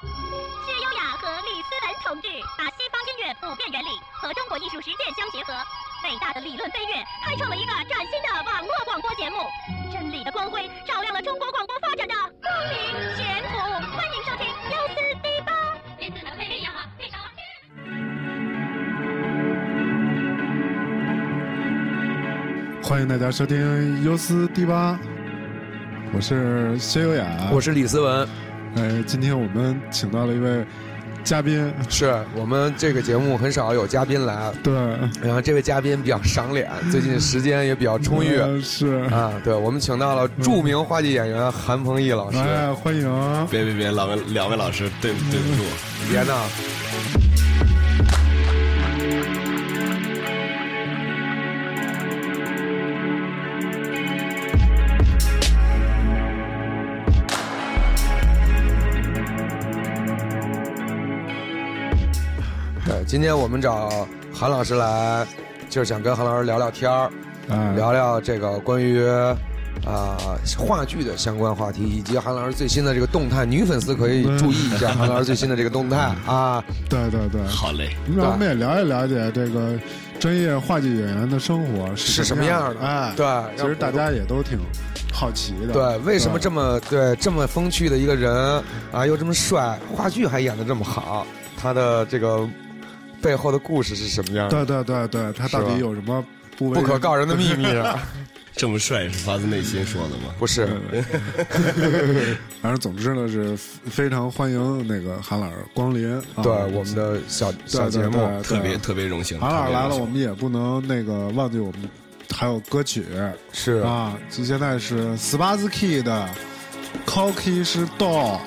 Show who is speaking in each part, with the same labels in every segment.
Speaker 1: 薛优雅和李思文同志把西方音乐普遍原理和中国艺术实践相结合，伟大的理论飞跃，开创了一个崭新的网络广播节目。真理的光辉照亮了中国广播发展的光明前途。欢迎收听优思 D 八。
Speaker 2: 欢迎大家收听优思第八，我是薛优雅，
Speaker 3: 我是李思文，
Speaker 2: 哎，今天我们请到了一位嘉宾，
Speaker 3: 是我们这个节目很少有嘉宾来，啊
Speaker 2: 对，
Speaker 3: 然后这位嘉宾比较赏 脸，最近时间也比较充裕
Speaker 2: 呃是，
Speaker 3: 啊。对，我们请到了著名话剧演员韩鹏毅老师。
Speaker 2: 哎，欢迎，
Speaker 4: 别别别，两位两位老师，对对不住，
Speaker 3: 别闹！对，今天我们找韩老师来，就是想跟韩老师聊聊天儿，
Speaker 2: 哎，
Speaker 3: 聊聊这个关于啊、话剧的相关话题，以及韩老师最新的这个动态。女粉丝可以注意一下韩老师最新的这个动态啊。
Speaker 2: 对对对，
Speaker 4: 好嘞，
Speaker 2: 让我们也了解了解这个专业话剧演员的生活
Speaker 3: 是什
Speaker 2: 么
Speaker 3: 么
Speaker 2: 样
Speaker 3: 样的？
Speaker 2: 哎，
Speaker 3: 对，，
Speaker 2: 其实大家也都挺好奇的，
Speaker 3: 对为什么这么
Speaker 2: 嗯
Speaker 3: 对这么风趣的一个人啊，又这么帅，话剧还演的这么好，他的这个背后的故事是什么样的？
Speaker 2: 对对对对，他到
Speaker 3: 是吧
Speaker 2: 底有什么不为
Speaker 3: 不可告人的秘密啊！
Speaker 4: 这么帅是发自内心说的 吗？
Speaker 3: 不是，
Speaker 2: 嗯反正总之呢是非常欢迎那个韩老师光临，啊
Speaker 3: 对我们的小小节
Speaker 2: 对
Speaker 3: 目
Speaker 2: 对对
Speaker 4: 特别特别荣幸，
Speaker 2: 韩老师来
Speaker 4: 特别
Speaker 2: 了，我
Speaker 4: 荣幸
Speaker 2: 们也不能那个忘记我们还有歌曲
Speaker 3: 是
Speaker 2: 啊，就现在是 s p a z k i 的 Cookie 是 Do，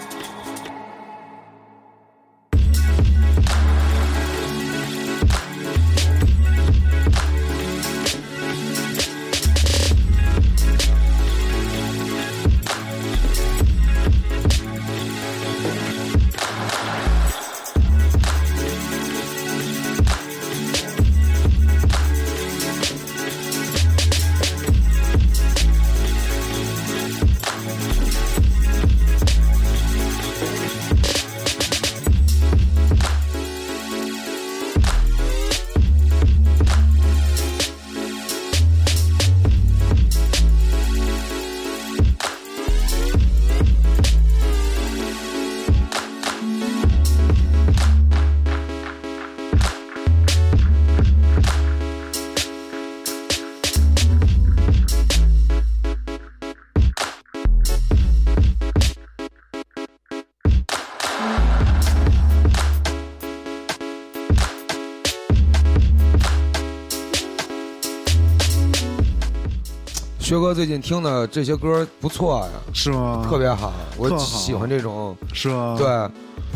Speaker 3: 薛哥最近听的这些歌不错呀，
Speaker 2: 是吗？
Speaker 3: 特别好，
Speaker 2: 特
Speaker 3: 我
Speaker 2: 好
Speaker 3: 喜欢这种
Speaker 2: 是吗？
Speaker 3: 对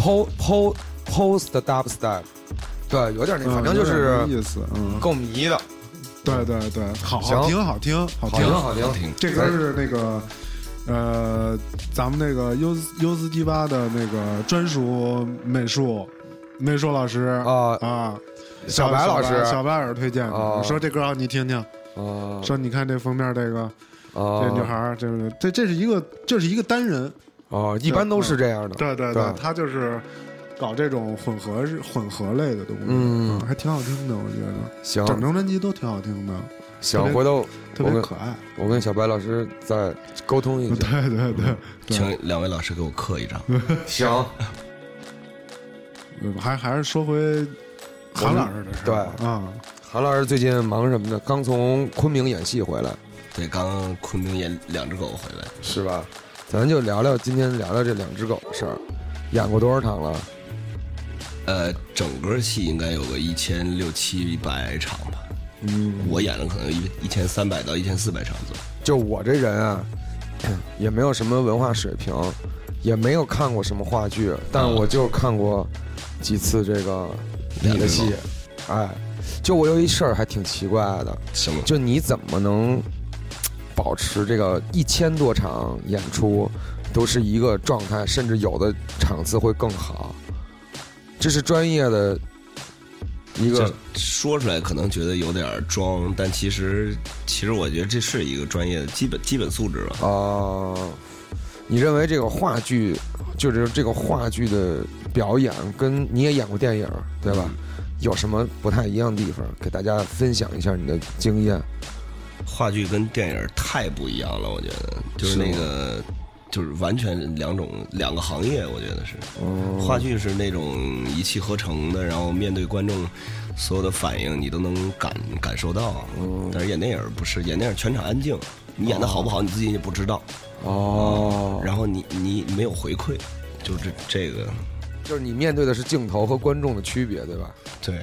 Speaker 3: ，po po post dubstep，对，有点那，
Speaker 2: 嗯，
Speaker 3: 反正就
Speaker 2: 有
Speaker 3: 是
Speaker 2: 点意思，嗯，
Speaker 3: 够迷的，
Speaker 2: 对对对，好
Speaker 3: 行
Speaker 2: 好听，好听，好
Speaker 3: 挺
Speaker 2: 听。
Speaker 3: 好听，
Speaker 4: 挺
Speaker 2: 这歌是那个呃，咱们那个优优斯迪巴的那个专属美术美术老师
Speaker 3: 啊
Speaker 2: 啊，
Speaker 3: 小白老师
Speaker 2: 小白老师推荐的，
Speaker 3: 啊
Speaker 2: 我说这歌好，你听听。
Speaker 3: 啊
Speaker 2: 说你看这封面这个
Speaker 3: 啊
Speaker 2: 这女孩儿，这个这这是一个这是一个单人，
Speaker 3: 哦，一般都是这样的，
Speaker 2: 对对
Speaker 3: 对
Speaker 2: 她就是搞这种混合混合类的东西，
Speaker 3: 嗯
Speaker 2: 还挺好听的，我觉得
Speaker 3: 行
Speaker 2: 整张专辑都挺好听的，
Speaker 3: 行
Speaker 2: 特，别
Speaker 3: 回头
Speaker 2: 特
Speaker 3: 我
Speaker 2: 别
Speaker 3: 跟嗯
Speaker 2: 可爱。
Speaker 3: 我跟小白老师再沟通一下，
Speaker 2: 对对对，
Speaker 4: 请两位老师给我刻一张，
Speaker 3: 行，
Speaker 2: 嗯还还是说回韩老师的事儿吧，
Speaker 3: 对
Speaker 2: 啊，
Speaker 3: 韩老师最近忙什么呢？刚从昆明演戏回来，
Speaker 4: 对，刚刚昆明演两只狗回来，
Speaker 3: 是吧？咱就聊聊今天聊聊这两只狗的事儿，演过多少场了？
Speaker 4: 呃，整个戏应该有个一千六七百场吧，
Speaker 3: 嗯，
Speaker 4: 我演了可能一一千三百到一千四百场左右，
Speaker 3: 就我这人啊， 也没有什么文化水平，也没有看过什么话剧，但我就看过几次这个你的戏。哎，就我有一事儿还挺奇怪的，
Speaker 4: 什么？
Speaker 3: 就你怎么能保持这个一千多场演出都是一个状态，甚至有的场次会更好？这是专业的一个
Speaker 4: 这说出来可能觉得有点儿装，但其实其实我觉得这是一个专业的基本基本素质吧。
Speaker 3: 哦，你认为这个话剧，就是这个话剧的表演，跟你也演过电影，对吧？
Speaker 4: 嗯
Speaker 3: 有什么不太一样的地方？给大家分享一下你的经验。
Speaker 4: 话剧跟电影太不一样了，我觉得就是
Speaker 3: 是吗
Speaker 4: 那个就是完全两种两个行业，我觉得是。
Speaker 3: 哦
Speaker 4: 话剧是那种一气呵成的，然后面对观众所有的反应，你都能感感受到。
Speaker 3: 哦
Speaker 4: 但是演电影不是，演电影全场安静，你演的好不好你自己也不知道，
Speaker 3: 哦，
Speaker 4: 然后你你没有回馈，就是这个
Speaker 3: 就是你面对的是镜头和观众的区别，对吧？
Speaker 4: 对。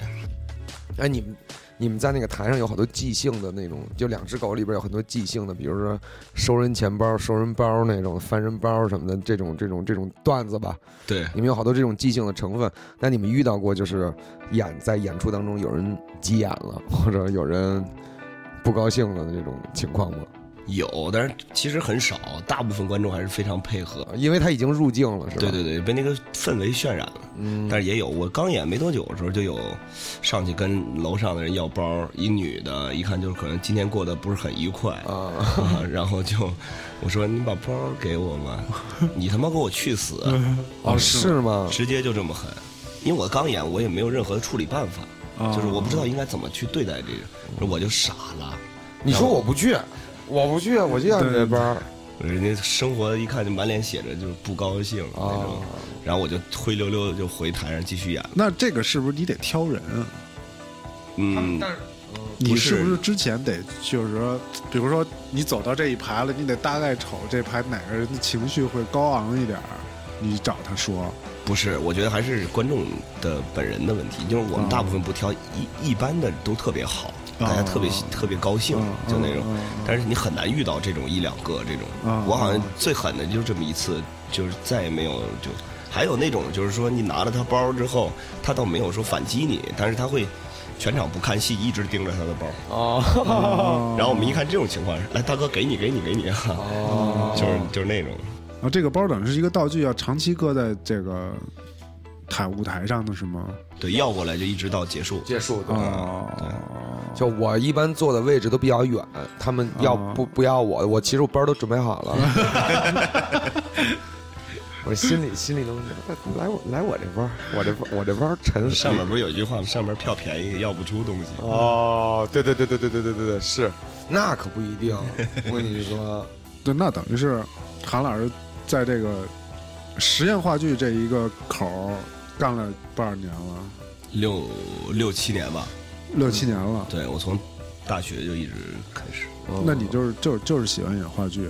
Speaker 3: 哎，你们你们在那个台上有好多即兴的那种，就两只狗里边有很多即兴的，比如说收人钱包、收人包那种、翻人包什么的，这种这种这种段子吧。
Speaker 4: 对，
Speaker 3: 你们有好多这种即兴的成分。那你们遇到过就是演在演出当中有人急眼了，或者有人不高兴了的这种情况吗？
Speaker 4: 有，但是其实很少，大部分观众还是非常配合。
Speaker 3: 因为他已经入境了，是吧？
Speaker 4: 对对对，被那个氛围渲染了。
Speaker 3: 嗯，
Speaker 4: 但是也有，我刚演没多久的时候就有上去跟楼上的人要包，一女的，一看就是可能今天过得不是很愉快
Speaker 3: 啊，
Speaker 4: 啊，然后就 我说你把包给我嘛，你他妈给我去死，啊
Speaker 3: 嗯
Speaker 2: 哦是
Speaker 3: 是吗？
Speaker 4: 直接就这么狠，因为我刚演，我也没有任何处理办法，
Speaker 2: 啊
Speaker 4: 就是我不知道应该怎么去对待这个，我就傻了。
Speaker 3: 你说我不去，我不去，我就要你这包
Speaker 4: 人家生活一看就满脸写着就是不高兴那种，
Speaker 3: 啊。
Speaker 4: 然后我就灰溜溜的就回台上继续演了。
Speaker 2: 那这个是不是你得挑人啊？
Speaker 4: 嗯，
Speaker 3: 但是
Speaker 2: 你
Speaker 4: 不
Speaker 2: 是
Speaker 4: 是
Speaker 2: 不是之前得就是说，比如说你走到这一排了，你得大概瞅这排哪个人的情绪会高昂一点儿，你找他说。
Speaker 4: 不是，我觉得还是观众的本人的问题，就是我们大部分不挑，一一般的都特别好，大家特别
Speaker 2: 哦
Speaker 4: 特别高兴
Speaker 2: 嗯，
Speaker 4: 就那种
Speaker 2: 嗯嗯嗯。
Speaker 4: 但是你很难遇到这种一两个这种
Speaker 2: 嗯，
Speaker 4: 我好像
Speaker 2: 嗯
Speaker 4: 最狠的就是这么一次，就是再也没有就。还有那种就是说，你拿了他包之后，他倒没有说反击你，但是他会全场不看戏，一直盯着他的包。
Speaker 3: 哦
Speaker 2: 哦
Speaker 4: 然后我们一看这种情况，来大哥给你给你给你啊，
Speaker 3: 哦
Speaker 4: 就是就是那种。
Speaker 2: 啊，这个包等于是一个道具，要长期搁在这个台舞台上的是吗？
Speaker 4: 对，要过来就一直到结束。
Speaker 3: 结束对。
Speaker 2: 哦，
Speaker 3: 就我一般坐的位置都比较远，他们要
Speaker 2: 啊
Speaker 3: 不不要我，我其实我包都准备好 了。 我心里心里能来我来我这包，我这包我这包沉
Speaker 4: 上面不是有一句话吗？上面票便宜要不出东西。
Speaker 3: 哦，对对对对对对对对对，是那可不一定。我跟 你说，
Speaker 2: 对，那等于是韩老师在这个实验话剧这一个口儿干了多少年了？
Speaker 4: 六六七年吧，
Speaker 2: 六
Speaker 4: 嗯
Speaker 2: 七年了。
Speaker 4: 对我从大学就一直开始。
Speaker 3: 嗯
Speaker 2: 那你就是就是就是喜欢演话剧，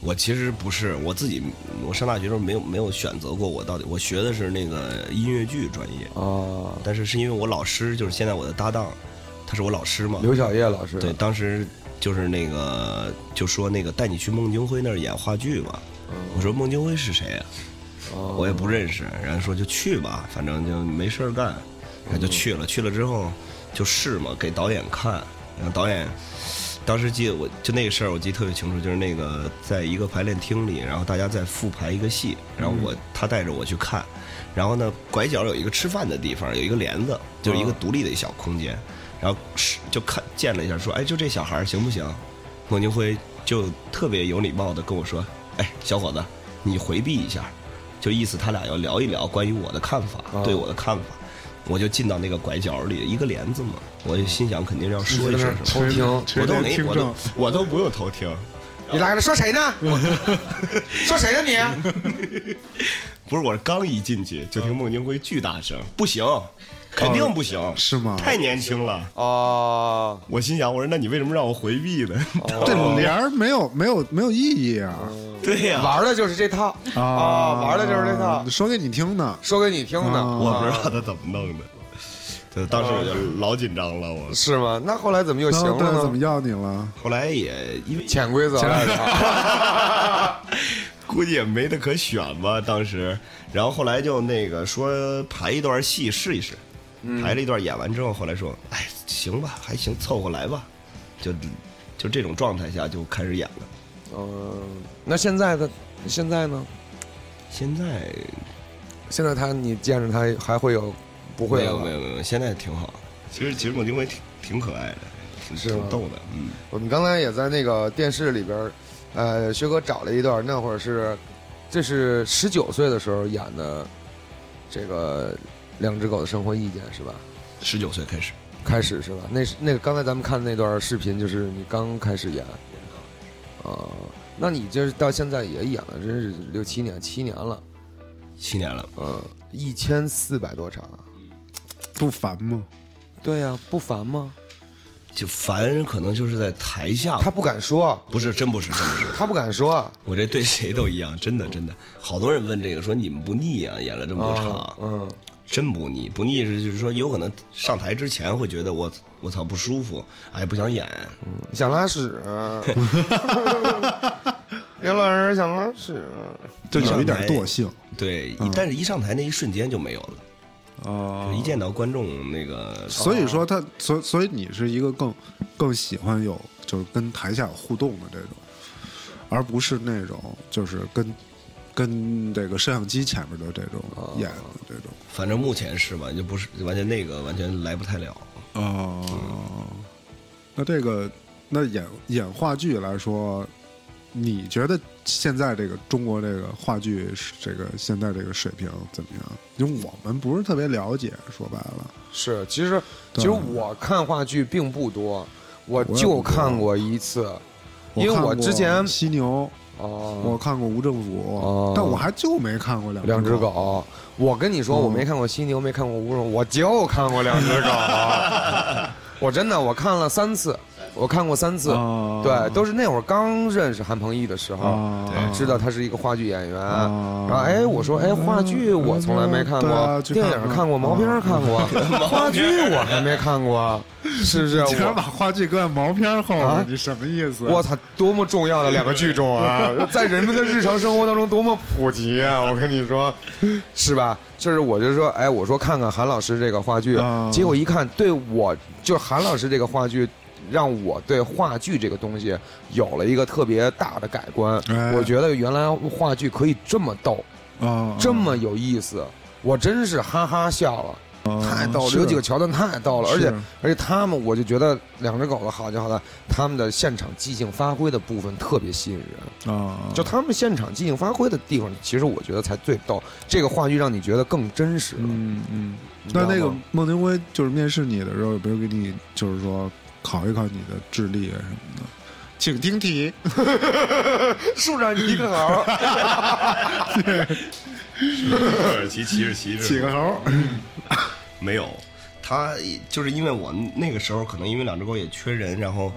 Speaker 4: 我其实不是我自己，我上大学的时候没有没有选择过我到底，我学的是那个音乐剧专业，
Speaker 3: 哦，
Speaker 4: 但是是因为我老师就是现在我的搭档，他是我老师嘛，
Speaker 3: 刘晓叶老师
Speaker 4: 对，当时就是那个就说那个带你去孟京辉那儿演话剧吧，我说孟京辉是谁呀、啊
Speaker 3: 哦
Speaker 4: 我也不认识，然后说就去吧，反正就没事儿干，然后就去了。去了之后就试嘛，给导演看，然后导演当时记得我就那个事儿，我记得特别清楚，就是那个在一个排练厅里，然后大家在复排一个戏，然后我他带着我去看，然后呢拐角有一个吃饭的地方，有一个帘子，就是一个独立的一小空间，然后是就看见了一下，说哎，就这小孩儿行不行？孟京辉就特别有礼貌的跟我说，哎，小伙子，你回避一下。就意思他俩要聊一聊关于我的看法，
Speaker 3: 哦
Speaker 4: 对我的看法。我就进到那个拐角里，一个帘子嘛，我就心想肯定要说一说什么。
Speaker 3: 偷听，
Speaker 2: 垂
Speaker 4: 我都
Speaker 2: 帘
Speaker 4: 没，
Speaker 2: 听
Speaker 4: 我
Speaker 2: 政
Speaker 4: 都。我都不用偷听，
Speaker 3: 你来了，说谁呢？说谁呢你？
Speaker 4: 不是我刚一进去
Speaker 2: 嗯
Speaker 4: 就听孟京辉巨大声，不行，肯定不行，
Speaker 2: 哦是吗
Speaker 4: 太年轻了。
Speaker 3: 哦，
Speaker 4: 我心想，我说那你为什么让我回避呢？
Speaker 2: 这帘儿没有没有没有意义啊！
Speaker 4: 对呀、
Speaker 3: 玩的就是这套啊，玩的就是这套。
Speaker 2: 说给你听呢。
Speaker 3: 说给你听呢，
Speaker 2: 啊
Speaker 4: 我不知道他怎么弄的。对，当时我就老紧张了，我
Speaker 3: 是吗？那后来怎么又
Speaker 2: 然
Speaker 3: 行
Speaker 2: 后
Speaker 3: 了
Speaker 2: 嗯对，怎么
Speaker 3: 呢？
Speaker 2: 要你了？
Speaker 4: 后来也因为
Speaker 3: 潜规则来着，
Speaker 4: 估计也没得可选吧，当时。然后后来就那个说排一段戏试一试，排了一段演完之后，后来说，哎，行吧，还行，凑合来吧，就就这种状态下就开始演了。呃
Speaker 3: 嗯，那现在的现在呢？
Speaker 4: 现在
Speaker 3: 现在他你见着他还会有不会
Speaker 4: 没
Speaker 3: 了
Speaker 4: 有
Speaker 3: 吧
Speaker 4: 没有没有，现在挺好。其实其实孟京辉挺挺可爱的，挺
Speaker 3: 是吗
Speaker 4: 挺逗的，嗯，
Speaker 3: 我们刚才也在那个电视里边呃，薛哥找了一段，那会儿是，呃这是十九岁的时候演的，这个《两只狗的生活意见》是吧？
Speaker 4: 十九岁开始，
Speaker 3: 开始是吧？那是那个刚才咱们看的那段视频，就是你刚开始演，啊，那你就是到现在也演了，真是六七年，七年了，
Speaker 4: 七年了，
Speaker 3: 嗯，一千四百多场啊，
Speaker 2: 不烦吗？
Speaker 3: 对呀、不烦吗？
Speaker 4: 就凡可能就是在台下，
Speaker 3: 啊他不敢说，
Speaker 4: 不是真不是真不是，
Speaker 3: 他不敢说，
Speaker 4: 我这对谁都一样，真的真的，好多人问这个说你们不腻啊？演了这么多场，
Speaker 3: 啊，嗯，
Speaker 4: 真不腻，不腻是就是说有可能上台之前会觉得我我操不舒服，哎不想演，
Speaker 3: 想拉 屎，刘老师想拉屎，
Speaker 2: 就有一点
Speaker 4: 上台
Speaker 2: 惰性嗯
Speaker 4: 对，一但是一上台那一瞬间就没有了，
Speaker 3: 哦
Speaker 2: 啊
Speaker 4: 就一见到观众那个，
Speaker 2: 所以说他，所所以你是一个更更喜欢有就是跟台下有互动的这种，而不是那种就是跟跟这个摄像机前面的这种演的这种。
Speaker 4: 反正目前是吧，就不是完全那个完全来不太了，
Speaker 2: 哦，那这个那演演话剧来说，你觉得现在这个中国这个话剧是这个现在这个水平怎么样？因为我们不是特别了解，说白了，
Speaker 3: 是，其实其
Speaker 2: 对
Speaker 3: 实我看话剧并不多，
Speaker 2: 我
Speaker 3: 我
Speaker 2: 也
Speaker 3: 就
Speaker 2: 不多
Speaker 3: 看过一次，因为
Speaker 2: 看
Speaker 3: 我
Speaker 2: 过
Speaker 3: 之前
Speaker 2: 犀牛。我
Speaker 3: 哦，
Speaker 2: 看过无政
Speaker 3: 哦
Speaker 2: 府，但我还就没看过两啊
Speaker 3: 两只
Speaker 2: 只狗。
Speaker 3: 狗，我跟你说，
Speaker 2: 嗯
Speaker 3: 我没看过犀牛，没看过乌龙，我就看过两 只狗，我真的我看了三次，我看过三次，
Speaker 2: 哦
Speaker 3: 对，都是那会儿刚认识韩鹏毅的时候，
Speaker 2: 哦
Speaker 3: 对啊知道他是一个话剧演员，
Speaker 2: 哦
Speaker 3: 然后哎，我说哎，话剧我从来没看
Speaker 2: 对啊
Speaker 3: 过，
Speaker 2: 去
Speaker 3: 电
Speaker 2: 看啊
Speaker 3: 影
Speaker 2: 看
Speaker 3: 看过，毛片儿看过， 话剧我还没看过，是不是？
Speaker 2: 你竟
Speaker 3: 我
Speaker 2: 然把话剧搁在毛片后
Speaker 3: 啊
Speaker 2: 面，你什么意思？啊
Speaker 3: 我操，多么重要的两个剧 种啊，在人们的日常生活当中多么普及啊！我跟你说，是吧？就是我就说，哎，我说看看韩老师这个话剧，
Speaker 2: 啊
Speaker 3: 结果一看，对我就是韩老师这个话剧。让我对话剧这个东西有了一个特别大的改观，
Speaker 2: 哎
Speaker 3: 我觉得原来话剧可以这么逗，
Speaker 2: 啊，
Speaker 3: 这么有意思，我真是哈哈笑了。
Speaker 2: 啊
Speaker 3: 太逗了，
Speaker 2: 是
Speaker 3: 有几个桥段太逗了，而且
Speaker 2: 是
Speaker 3: 而且他们，我就觉得两只狗的好就好在他们的现场即兴发挥的部分特别吸引人，
Speaker 2: 啊，
Speaker 3: 就他们现场即兴发挥的地方，其实我觉得才最逗。这个话剧让你觉得更真实了。
Speaker 2: 嗯嗯。
Speaker 3: 你知
Speaker 2: 那
Speaker 3: 道吗
Speaker 2: 那个孟京辉就是面试你的时候，有没有给你就是说考一考你的智力啊什么的？请听题，
Speaker 3: 树上一个猴，
Speaker 4: 土耳 其骑士骑士
Speaker 2: 起个猴。
Speaker 4: 没有，他就是因为我那个时候可能因为两只狗也缺人，然后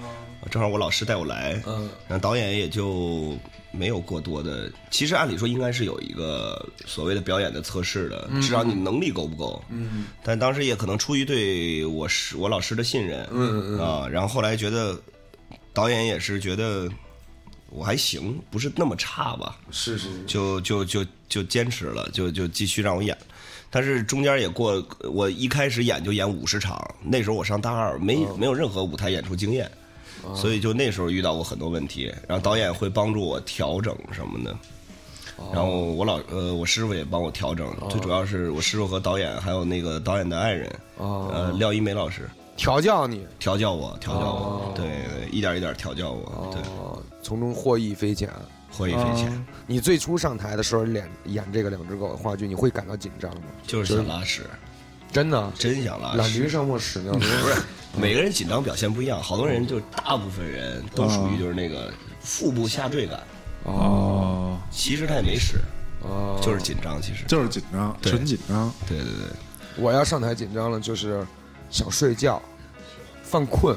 Speaker 4: 正好我老师带我来，
Speaker 3: 嗯，
Speaker 4: 然后导演也就没有过多的。其实按理说应该是有一个所谓的表演的测试的，知道你能力够不够。嗯，但当时也可能出于对我师我老师的信任，嗯啊，然后后来觉得导演也是觉得我还行，不是那么差吧，
Speaker 3: 是是
Speaker 4: 就就就就坚持了，就就继续让我演。但是中间也过，我一开始演就演五十场，那时候我上大二，没、
Speaker 3: 嗯
Speaker 4: 没有任何舞台演出经验，所以就那时候遇到过很多问题。然后导演会帮助我调整什么的，
Speaker 3: 哦
Speaker 4: 然后我老呃我师傅也帮我调整，最主要是我师傅和导演还有那个导演的爱人，
Speaker 3: 哦
Speaker 4: 呃廖一梅老师
Speaker 3: 调教你，
Speaker 4: 调教我，调教我，对对，一点一点调教我，对，
Speaker 3: 哦，从中获益匪浅。
Speaker 4: 获益匪浅，
Speaker 3: 你最初上台的时候演演这个两只狗的话剧，你会感到紧张吗？
Speaker 4: 就是想拉屎，
Speaker 3: 真的，啊
Speaker 4: 真想拉
Speaker 3: 懒
Speaker 4: 屎
Speaker 3: 驴。上磨屎尿流。
Speaker 4: 不是，每个人紧张表现不一样，好多人就是大部分人都属于就是那个腹部下坠感，
Speaker 2: 哦，
Speaker 4: 其实他也没使，
Speaker 3: 哦
Speaker 4: 就是紧张，其实。
Speaker 2: 就是紧张，
Speaker 4: 对
Speaker 2: 纯紧张。
Speaker 4: 对对对，
Speaker 3: 我要上台紧张了，就是想睡觉，犯 困，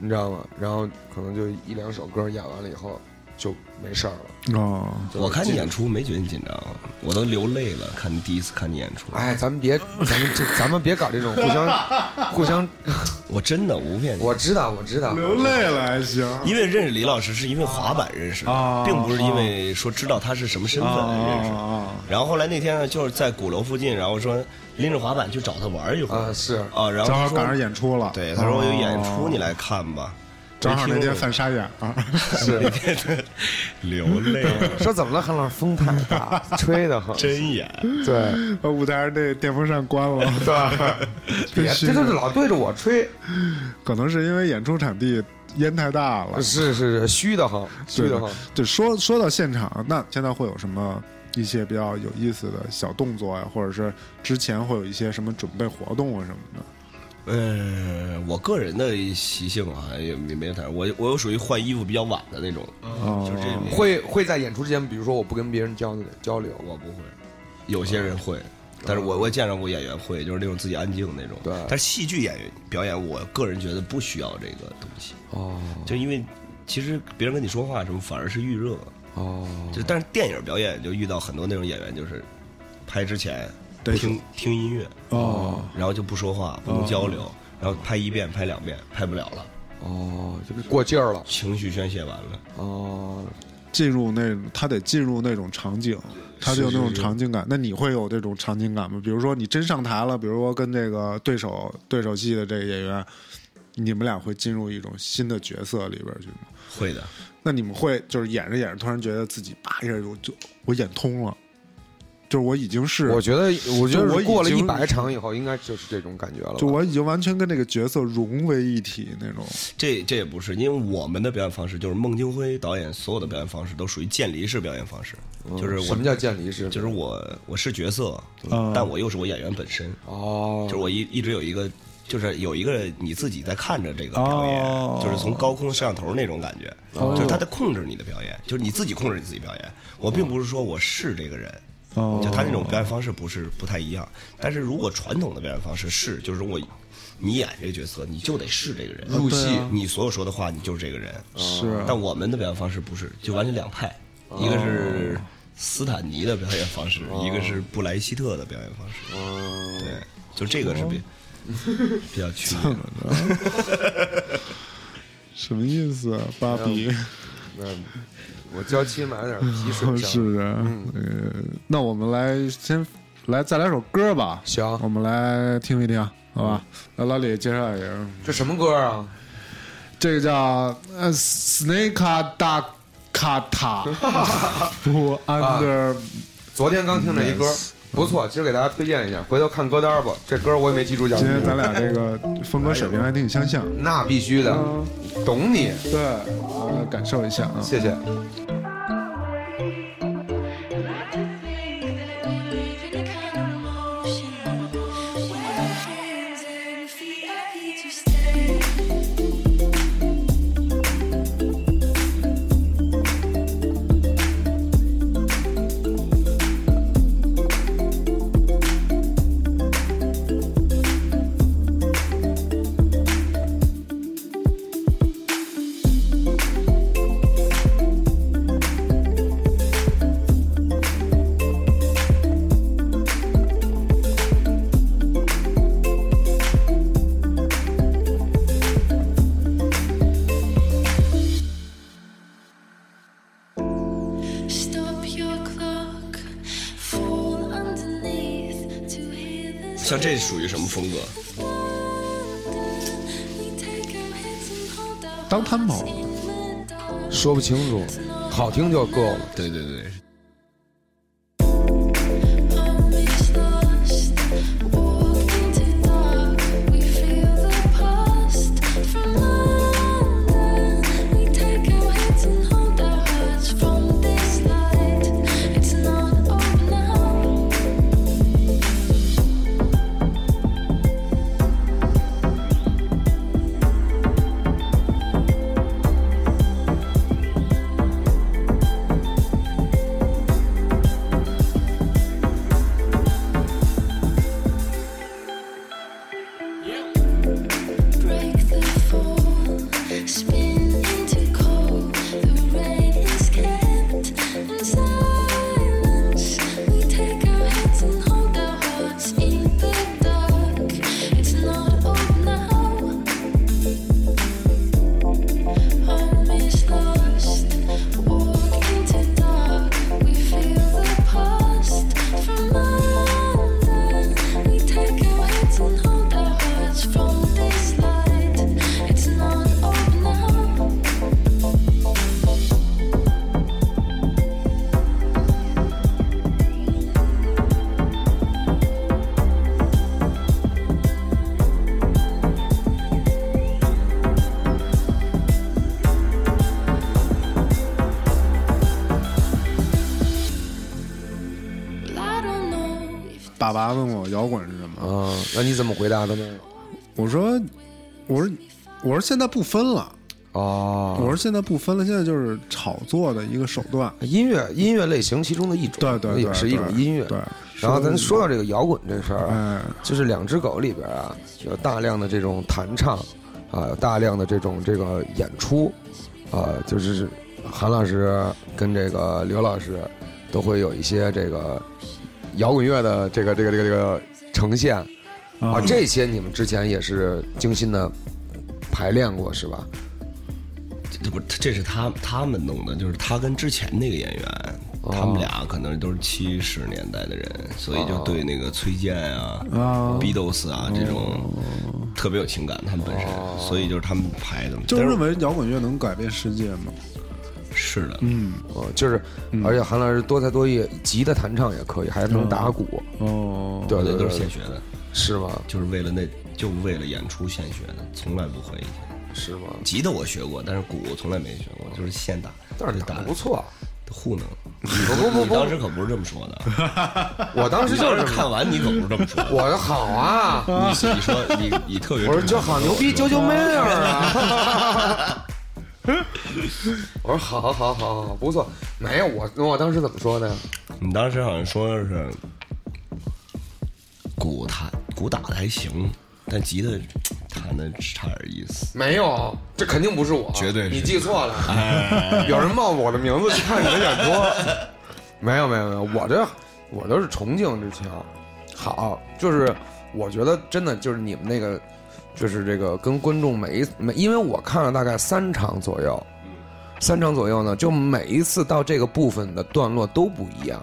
Speaker 3: 你知道吗？然后可能就一两首歌演完了以后就没事儿了。
Speaker 2: 哦，
Speaker 4: 我看你演出没觉得你紧张，我都流泪了。看第一次看你演出，
Speaker 3: 哎，咱们别，咱们这，咱们别搞这种互 相，互相。
Speaker 4: 我真的我不骗你。
Speaker 3: 我知道，我知道，
Speaker 2: 流泪了还行。
Speaker 4: 因为认识李老师是因为滑板认识的
Speaker 2: 啊，
Speaker 4: 并不是因为说知道他是什么身份认识
Speaker 2: 啊啊啊。
Speaker 4: 然后后来那天呢，就是在鼓楼附近，然后说拎着滑板去找他玩一会儿
Speaker 3: 啊是
Speaker 4: 啊，然
Speaker 2: 正
Speaker 4: 后他
Speaker 2: 好
Speaker 4: 说
Speaker 2: 赶上演出了，
Speaker 4: 对，他说我有演出，
Speaker 2: 哦
Speaker 4: 你来看吧。
Speaker 2: 正好那天犯傻眼啊了。
Speaker 3: 是
Speaker 4: 流 泪，
Speaker 3: 说怎么了，韩老师风太大，吹的很。
Speaker 4: 真演。
Speaker 3: 对
Speaker 2: 把舞台上那电风扇关 了，
Speaker 3: 对，
Speaker 2: 必
Speaker 3: 别
Speaker 2: 须
Speaker 3: 这就是老对着我 吹，
Speaker 2: 可能是因为演出场地烟太大了。
Speaker 3: 是是是，虚的很，虚
Speaker 2: 对
Speaker 3: 的很。
Speaker 2: 对，说说到现场，那现在会有什么一些比较有意思的小动作呀、或者是之前会有一些什么准备活动啊什么的？
Speaker 4: 呃，我个人的习性啊，也没没太，我我又属于换衣服比较晚的那种，
Speaker 2: 哦
Speaker 4: 就，这种
Speaker 3: 会会在演出之前，比如说我不跟别人交流交流，
Speaker 4: 我不会，有些人会，但是我我也见着过演员会，就是那种自己安静的那种。
Speaker 3: 对
Speaker 4: 但是戏剧演员表演，我个人觉得不需要这个东西，
Speaker 3: 哦
Speaker 4: 就因为其实别人跟你说话什么反而是预热，
Speaker 3: 哦，
Speaker 4: 就但是电影表演就遇到很多那种演员，就是拍之前
Speaker 2: 对
Speaker 4: 听听音乐，
Speaker 2: 哦，
Speaker 4: 然后就不说话，不能交流，然后拍一遍拍两遍拍不了了，
Speaker 3: 哦，就是过劲儿了
Speaker 4: 情绪宣泄完了。
Speaker 3: 哦，
Speaker 2: 进入那他得进入那种场景，他得有那种
Speaker 4: 是是
Speaker 2: 场景感。那你会有这种场景感吗？比如说你真上台了，比如说跟这个对手对手戏的这个演员，你们俩会进入一种新的角色里边去吗？
Speaker 4: 会的，
Speaker 2: 那你们会就是演着演着，突然觉得自己啪一下就就我演通了，就是我已经是
Speaker 3: 我觉得我觉
Speaker 2: 就我
Speaker 3: 得
Speaker 2: 已
Speaker 3: 过了
Speaker 2: 经
Speaker 3: 一百场以后，应该就是这种感觉了吧。
Speaker 2: 就我已经完全跟这个角色融为一体那种。
Speaker 4: 这这也不是，因为我们的表演方式就是孟京辉导演所有的表演方式都属于渐离式表演方式，
Speaker 3: 嗯
Speaker 4: 就是我
Speaker 3: 什么叫渐离式？
Speaker 4: 就是我我是角色，
Speaker 2: 嗯
Speaker 4: 但我又是我演员本身，
Speaker 3: 哦，
Speaker 4: 就是我一一直有一个，就是有一个你自己在看着这个表
Speaker 2: 哦
Speaker 4: 演，就是从高空摄像头那种感觉，
Speaker 2: 哦
Speaker 4: 就是他在控制你的表演，就是你自己控制你自己表演。我并不是说我是这个人，
Speaker 2: 哦
Speaker 4: 就他那种表演方式不是不太一样。但是如果传统的表演方式是，就是我你演这个角色，你就得是这个人
Speaker 3: 入戏
Speaker 4: 对啊你所有说的话，你就是这个人。
Speaker 2: 哦是啊哦
Speaker 4: 但我们的表演方式不是，就完全两派，一个是斯坦尼的表演方式，一个是布莱希特的表演方式。
Speaker 2: 哦
Speaker 3: 嗯
Speaker 4: 对，就这个是比比较区别的。
Speaker 2: 什么意思、啊？芭比
Speaker 3: 那我娇妻买了点皮
Speaker 2: 是
Speaker 3: 水上。
Speaker 2: 不是？呃，那我们来先来再来首歌吧，
Speaker 3: 行
Speaker 2: 我们来听一听，好吧？来，老李介绍一下，
Speaker 3: 这什么歌啊？
Speaker 2: 这个叫呃 Snake 大卡塔 不 Under
Speaker 3: 昨天刚听了一歌，不错，今儿给大家推荐一下，回头看歌单吧。这歌我也没记住叫什
Speaker 2: 今天
Speaker 3: 么
Speaker 2: 咱。俩这个风格水平还挺相像，
Speaker 3: 那必须的，懂你，
Speaker 2: 对，呃，感受一下啊。
Speaker 3: 谢谢。
Speaker 5: Stop your clock, fall underneath to hear the
Speaker 4: 像这属于什么风格？
Speaker 2: 当摊跑，
Speaker 3: 说不清楚，好听就够了。
Speaker 4: 对对对，
Speaker 5: From this light, it's not over now.
Speaker 2: 爸爸问我摇滚是什么，
Speaker 3: 啊，那你怎么回答的呢？
Speaker 2: 我说我说我说现在不分了，我
Speaker 3: 哦，
Speaker 2: 说现在不分了，现在就是炒作的一个手段。
Speaker 3: 音乐音乐类型其中的一种，
Speaker 2: 对对对，
Speaker 3: 也是一种音乐。
Speaker 2: 对，
Speaker 3: 然后咱说
Speaker 2: 到
Speaker 3: 到这个摇滚这事儿啊，
Speaker 2: 哎，
Speaker 3: 就是《两只狗》里边啊，有大量的这种弹唱，啊，有大量的这种这个演出，啊，就是韩老师跟这个刘老师都会有一些这个摇滚乐的这个这个这个这个呈现啊，
Speaker 2: 啊
Speaker 3: 这些你们之前也是精心的排练过是吧？
Speaker 4: 这不，这是他他们弄的，就是他跟之前那个演员，
Speaker 3: 哦
Speaker 4: 他们俩可能都是七十年代的人，所以就对那个崔健啊、
Speaker 2: 啊
Speaker 3: 哦
Speaker 4: Beatles 啊这种特别有情感，他们本身，
Speaker 3: 哦
Speaker 4: 所以就是他们排的嘛。
Speaker 2: 就是认
Speaker 4: 但
Speaker 2: 为摇滚乐能改变世界嘛。
Speaker 4: 是的，
Speaker 2: 嗯，
Speaker 3: 哦，就是，而且韩老师多才多艺，吉他弹唱也可以，还能打鼓，
Speaker 2: 哦，
Speaker 3: 对对
Speaker 4: 那
Speaker 3: 对
Speaker 4: 都是
Speaker 3: 对
Speaker 4: 现，学的，
Speaker 3: 是吗？
Speaker 4: 就是为了那就为了演出现学的，从来不会以前。
Speaker 3: 是吗？
Speaker 4: 吉他我学过，但是鼓我从来没学过，就是现打，
Speaker 3: 但是打的不错，
Speaker 4: 糊弄。
Speaker 3: 不不
Speaker 4: 你
Speaker 3: 不
Speaker 4: 当时可不是这么说的，
Speaker 3: 我当时就是
Speaker 4: 你看完你可不是这么说的。
Speaker 3: 我的好啊，
Speaker 4: 你你说你你特别
Speaker 3: 我说这好牛逼，
Speaker 4: 就
Speaker 3: 啾啾妹儿啊！ 我说好好好好好，不错。没有我，我当时怎么说呢？
Speaker 4: 你当时好像说的是鼓弹鼓打的还行，但吉他弹的差点意思。
Speaker 3: 没有，这肯定不是我，
Speaker 4: 绝对是哎
Speaker 3: 你记错了。有人冒我的名字去看你的演 出？没有没有没有，我这我都是崇敬之情。好，就是我觉得真的就是你们那个，就是这个跟观众每一每，因为我看了大概三场左右，三场左右呢，就每一次到这个部分的段落都不一样。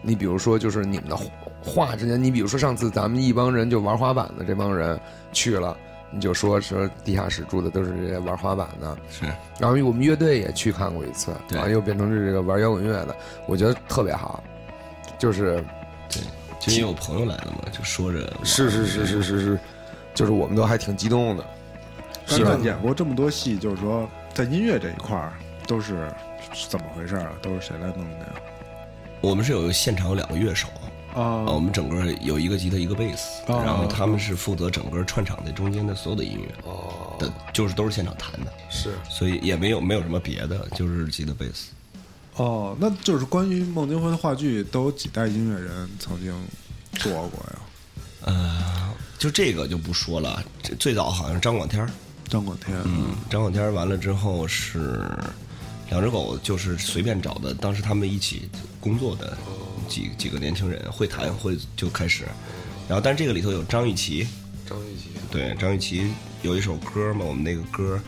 Speaker 3: 你比如说，就是你们的话话之间，你比如说上次咱们一帮人就玩滑板的这帮人去了，你就说说地下室住的都是这些玩滑板的，
Speaker 4: 是
Speaker 3: 然后我们乐队也去看过一次，
Speaker 4: 对
Speaker 3: 然后又变成是这个玩摇滚乐的，我觉得特别好，就是
Speaker 4: 对，就因为我朋友来了嘛，就说着
Speaker 3: 是是是是是是，就是我们都还挺激动的，
Speaker 2: 但
Speaker 3: 是啊吧
Speaker 2: 是演过这么多戏，就是说在音乐这一块儿都是是怎么回事儿啊？都是谁来弄的呀？
Speaker 4: 我们是有现场有两个乐手。
Speaker 3: 哦
Speaker 4: 啊，我
Speaker 2: 啊
Speaker 4: 们整个有一个吉他，一个贝斯，
Speaker 2: 哦
Speaker 4: 然后他们是负责整个串场的中间的所有的音乐，
Speaker 3: 哦，
Speaker 4: 的就是都是现场弹的，
Speaker 3: 是
Speaker 4: 所以也没有没有什么别的，就是吉他、贝斯。
Speaker 2: 哦，那就是关于孟京辉的话剧，都有几代音乐人曾经做过呀？
Speaker 4: 就这个就不说了，这最早好像是张广天儿，
Speaker 2: 张广天，
Speaker 4: 嗯，张广天儿完了之后是两只狗，就是随便找的，当时他们一起工作的几几个年轻人会谈会就开始，然后但是这个里头有张雨绮，
Speaker 3: 张雨绮，
Speaker 4: 对，张雨绮有一首歌嘛，我们那个歌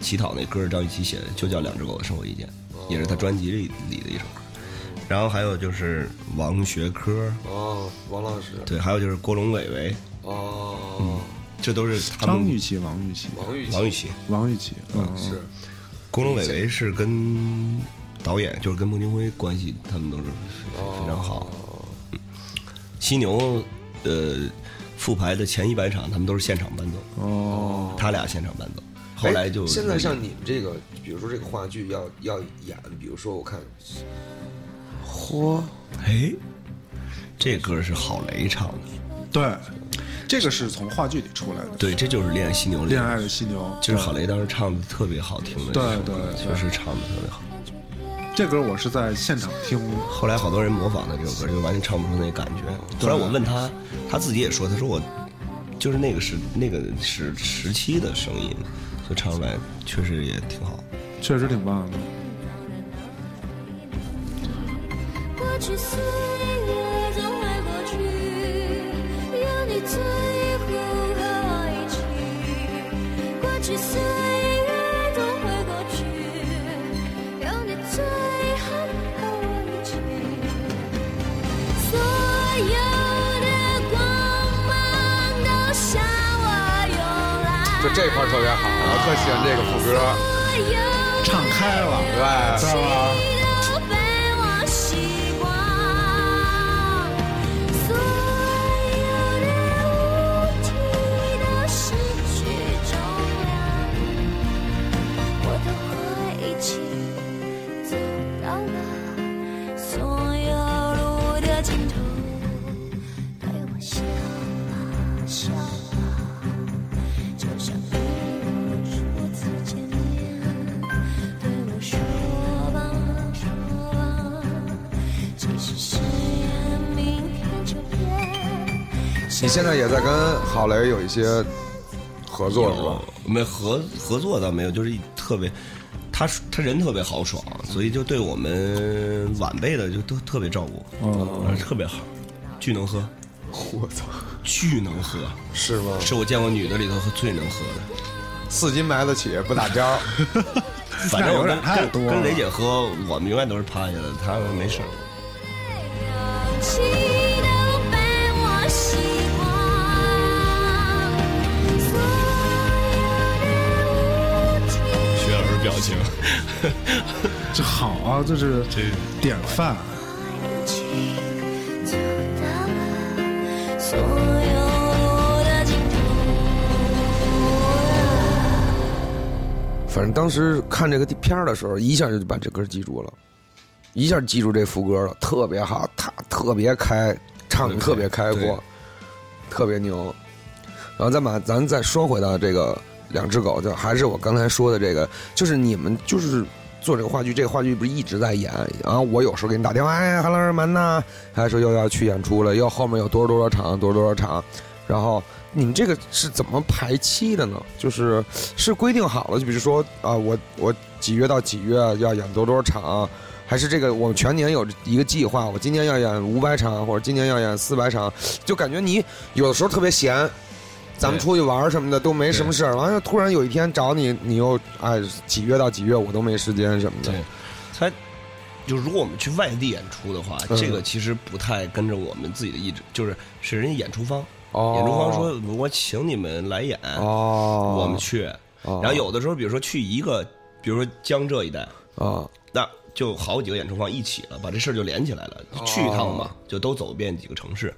Speaker 4: 《乞讨》那歌是张雨绮写的，就叫《两只狗的生活意见》，
Speaker 3: 哦
Speaker 4: 也是她专辑里里的一首歌。然后还有就是王学科，
Speaker 3: 嗯哦，王老师，
Speaker 4: 对，还有就是郭龙伟伟，嗯
Speaker 3: 哦，
Speaker 4: 这都是他
Speaker 2: 张雨
Speaker 4: 们。
Speaker 2: 绮、王雨绮、
Speaker 3: 王雨
Speaker 4: 王雨绮，
Speaker 2: 王雨绮，嗯，
Speaker 3: 是
Speaker 4: 郭龙伟伟是跟导演，就是跟孟京辉关系，他们都是
Speaker 2: 哦
Speaker 4: 非常好。嗯犀牛，呃，复排的前一百场，他们都是现场伴奏，
Speaker 2: 哦，
Speaker 4: 他俩现场伴奏。后来就
Speaker 3: 哎现在像你们这个，比如说这个话剧要要演，比如说我看，嚯，
Speaker 4: 哎，这歌是郝雷唱的，
Speaker 2: 对，这个是从话剧里出来的，
Speaker 4: 对，这就是恋爱犀牛里
Speaker 2: 《恋爱的犀牛》
Speaker 4: 就是郝雷当时唱的特别好听的一首歌，
Speaker 2: 对对对
Speaker 4: 确实唱的特别好。
Speaker 2: 这歌我是在现场听，
Speaker 4: 后来好多人模仿的这首歌，就完全唱不出那感觉。后来我问他，他自己也说，他说我就是那个时那个时时期的声音，就唱出来确实也挺好。
Speaker 2: 确实挺棒的。
Speaker 5: 过去岁月总会过去，有你最后和我一起。过去岁月总会过去，有你最后和我一起。所有的光芒都向我涌来。
Speaker 3: 就这块儿特别好，我特喜欢这个副歌，
Speaker 5: 所有
Speaker 2: 唱开了，
Speaker 3: 对
Speaker 2: 知。道吧？
Speaker 5: 都被我吸光，所有的物体都失去重量，我都会一起走到了所有路的尽头，还有
Speaker 3: 你现在也在跟郝蕾有一些合作是吧？
Speaker 4: 有没合合作倒没有，就是一特别，他他人特别豪爽，
Speaker 2: 嗯
Speaker 4: 所以就对我们晚辈的就都特别照顾，
Speaker 2: 哦
Speaker 4: 特别好，巨能喝，
Speaker 3: 我操，
Speaker 4: 巨能喝，
Speaker 3: 是吗？
Speaker 4: 是我见过女的里头最能喝的。
Speaker 3: 四斤埋得起不打招，
Speaker 4: 反正我
Speaker 2: 那有
Speaker 4: 跟
Speaker 2: 点太
Speaker 4: 跟
Speaker 2: 多了
Speaker 4: 跟雷姐喝，我们永远都是趴下的，她没事儿。
Speaker 5: 勇气都被我吸光，所有的
Speaker 6: 雪
Speaker 5: 无情。
Speaker 6: 儿表 情，
Speaker 2: 这好啊，这是典范。
Speaker 5: 爱情走到了所有的尽头。
Speaker 3: 反正当时看这个片儿的时候，一下就把这歌记住了，一下记住这副歌了，特别好，他特别开，唱的特别开阔，特别牛。然后再把咱再说回到这个两只狗，就还是我刚才说的这个，就是你们就是做这个话剧，这个话剧不是一直在演啊？我有时候给你打电话，哎，韩老师们呐，还说又要去演出了，又后面有多少多少场，多少多少场，然后你们这个是怎么排期的呢？就是是规定好了，就比如说啊，我我几月到几月要演多少多少场。还是这个，我全年有一个计划，我今年要演五百场，或者今年要演四百场，就感觉你有的时候特别闲，咱们
Speaker 4: 对
Speaker 3: 出去玩儿什么的都没什么事儿，完了突然有一天找你，你又哎几月到几月我都没时间什么的
Speaker 4: 对，她就如果我们去外地演出的话，
Speaker 3: 嗯
Speaker 4: 这个其实不太跟着我们自己的意志，就是是人家演出方，
Speaker 3: 哦
Speaker 4: 演出方说我请你们来演，
Speaker 3: 哦，
Speaker 4: 我们去。
Speaker 3: 哦，
Speaker 4: 然后有的时候，比如说去一个，比如说江浙一带，
Speaker 3: 啊
Speaker 4: 那就好几个演出方一起了，把这事儿就连起来了。
Speaker 3: 哦
Speaker 4: 去一趟嘛，就都走遍几个城市。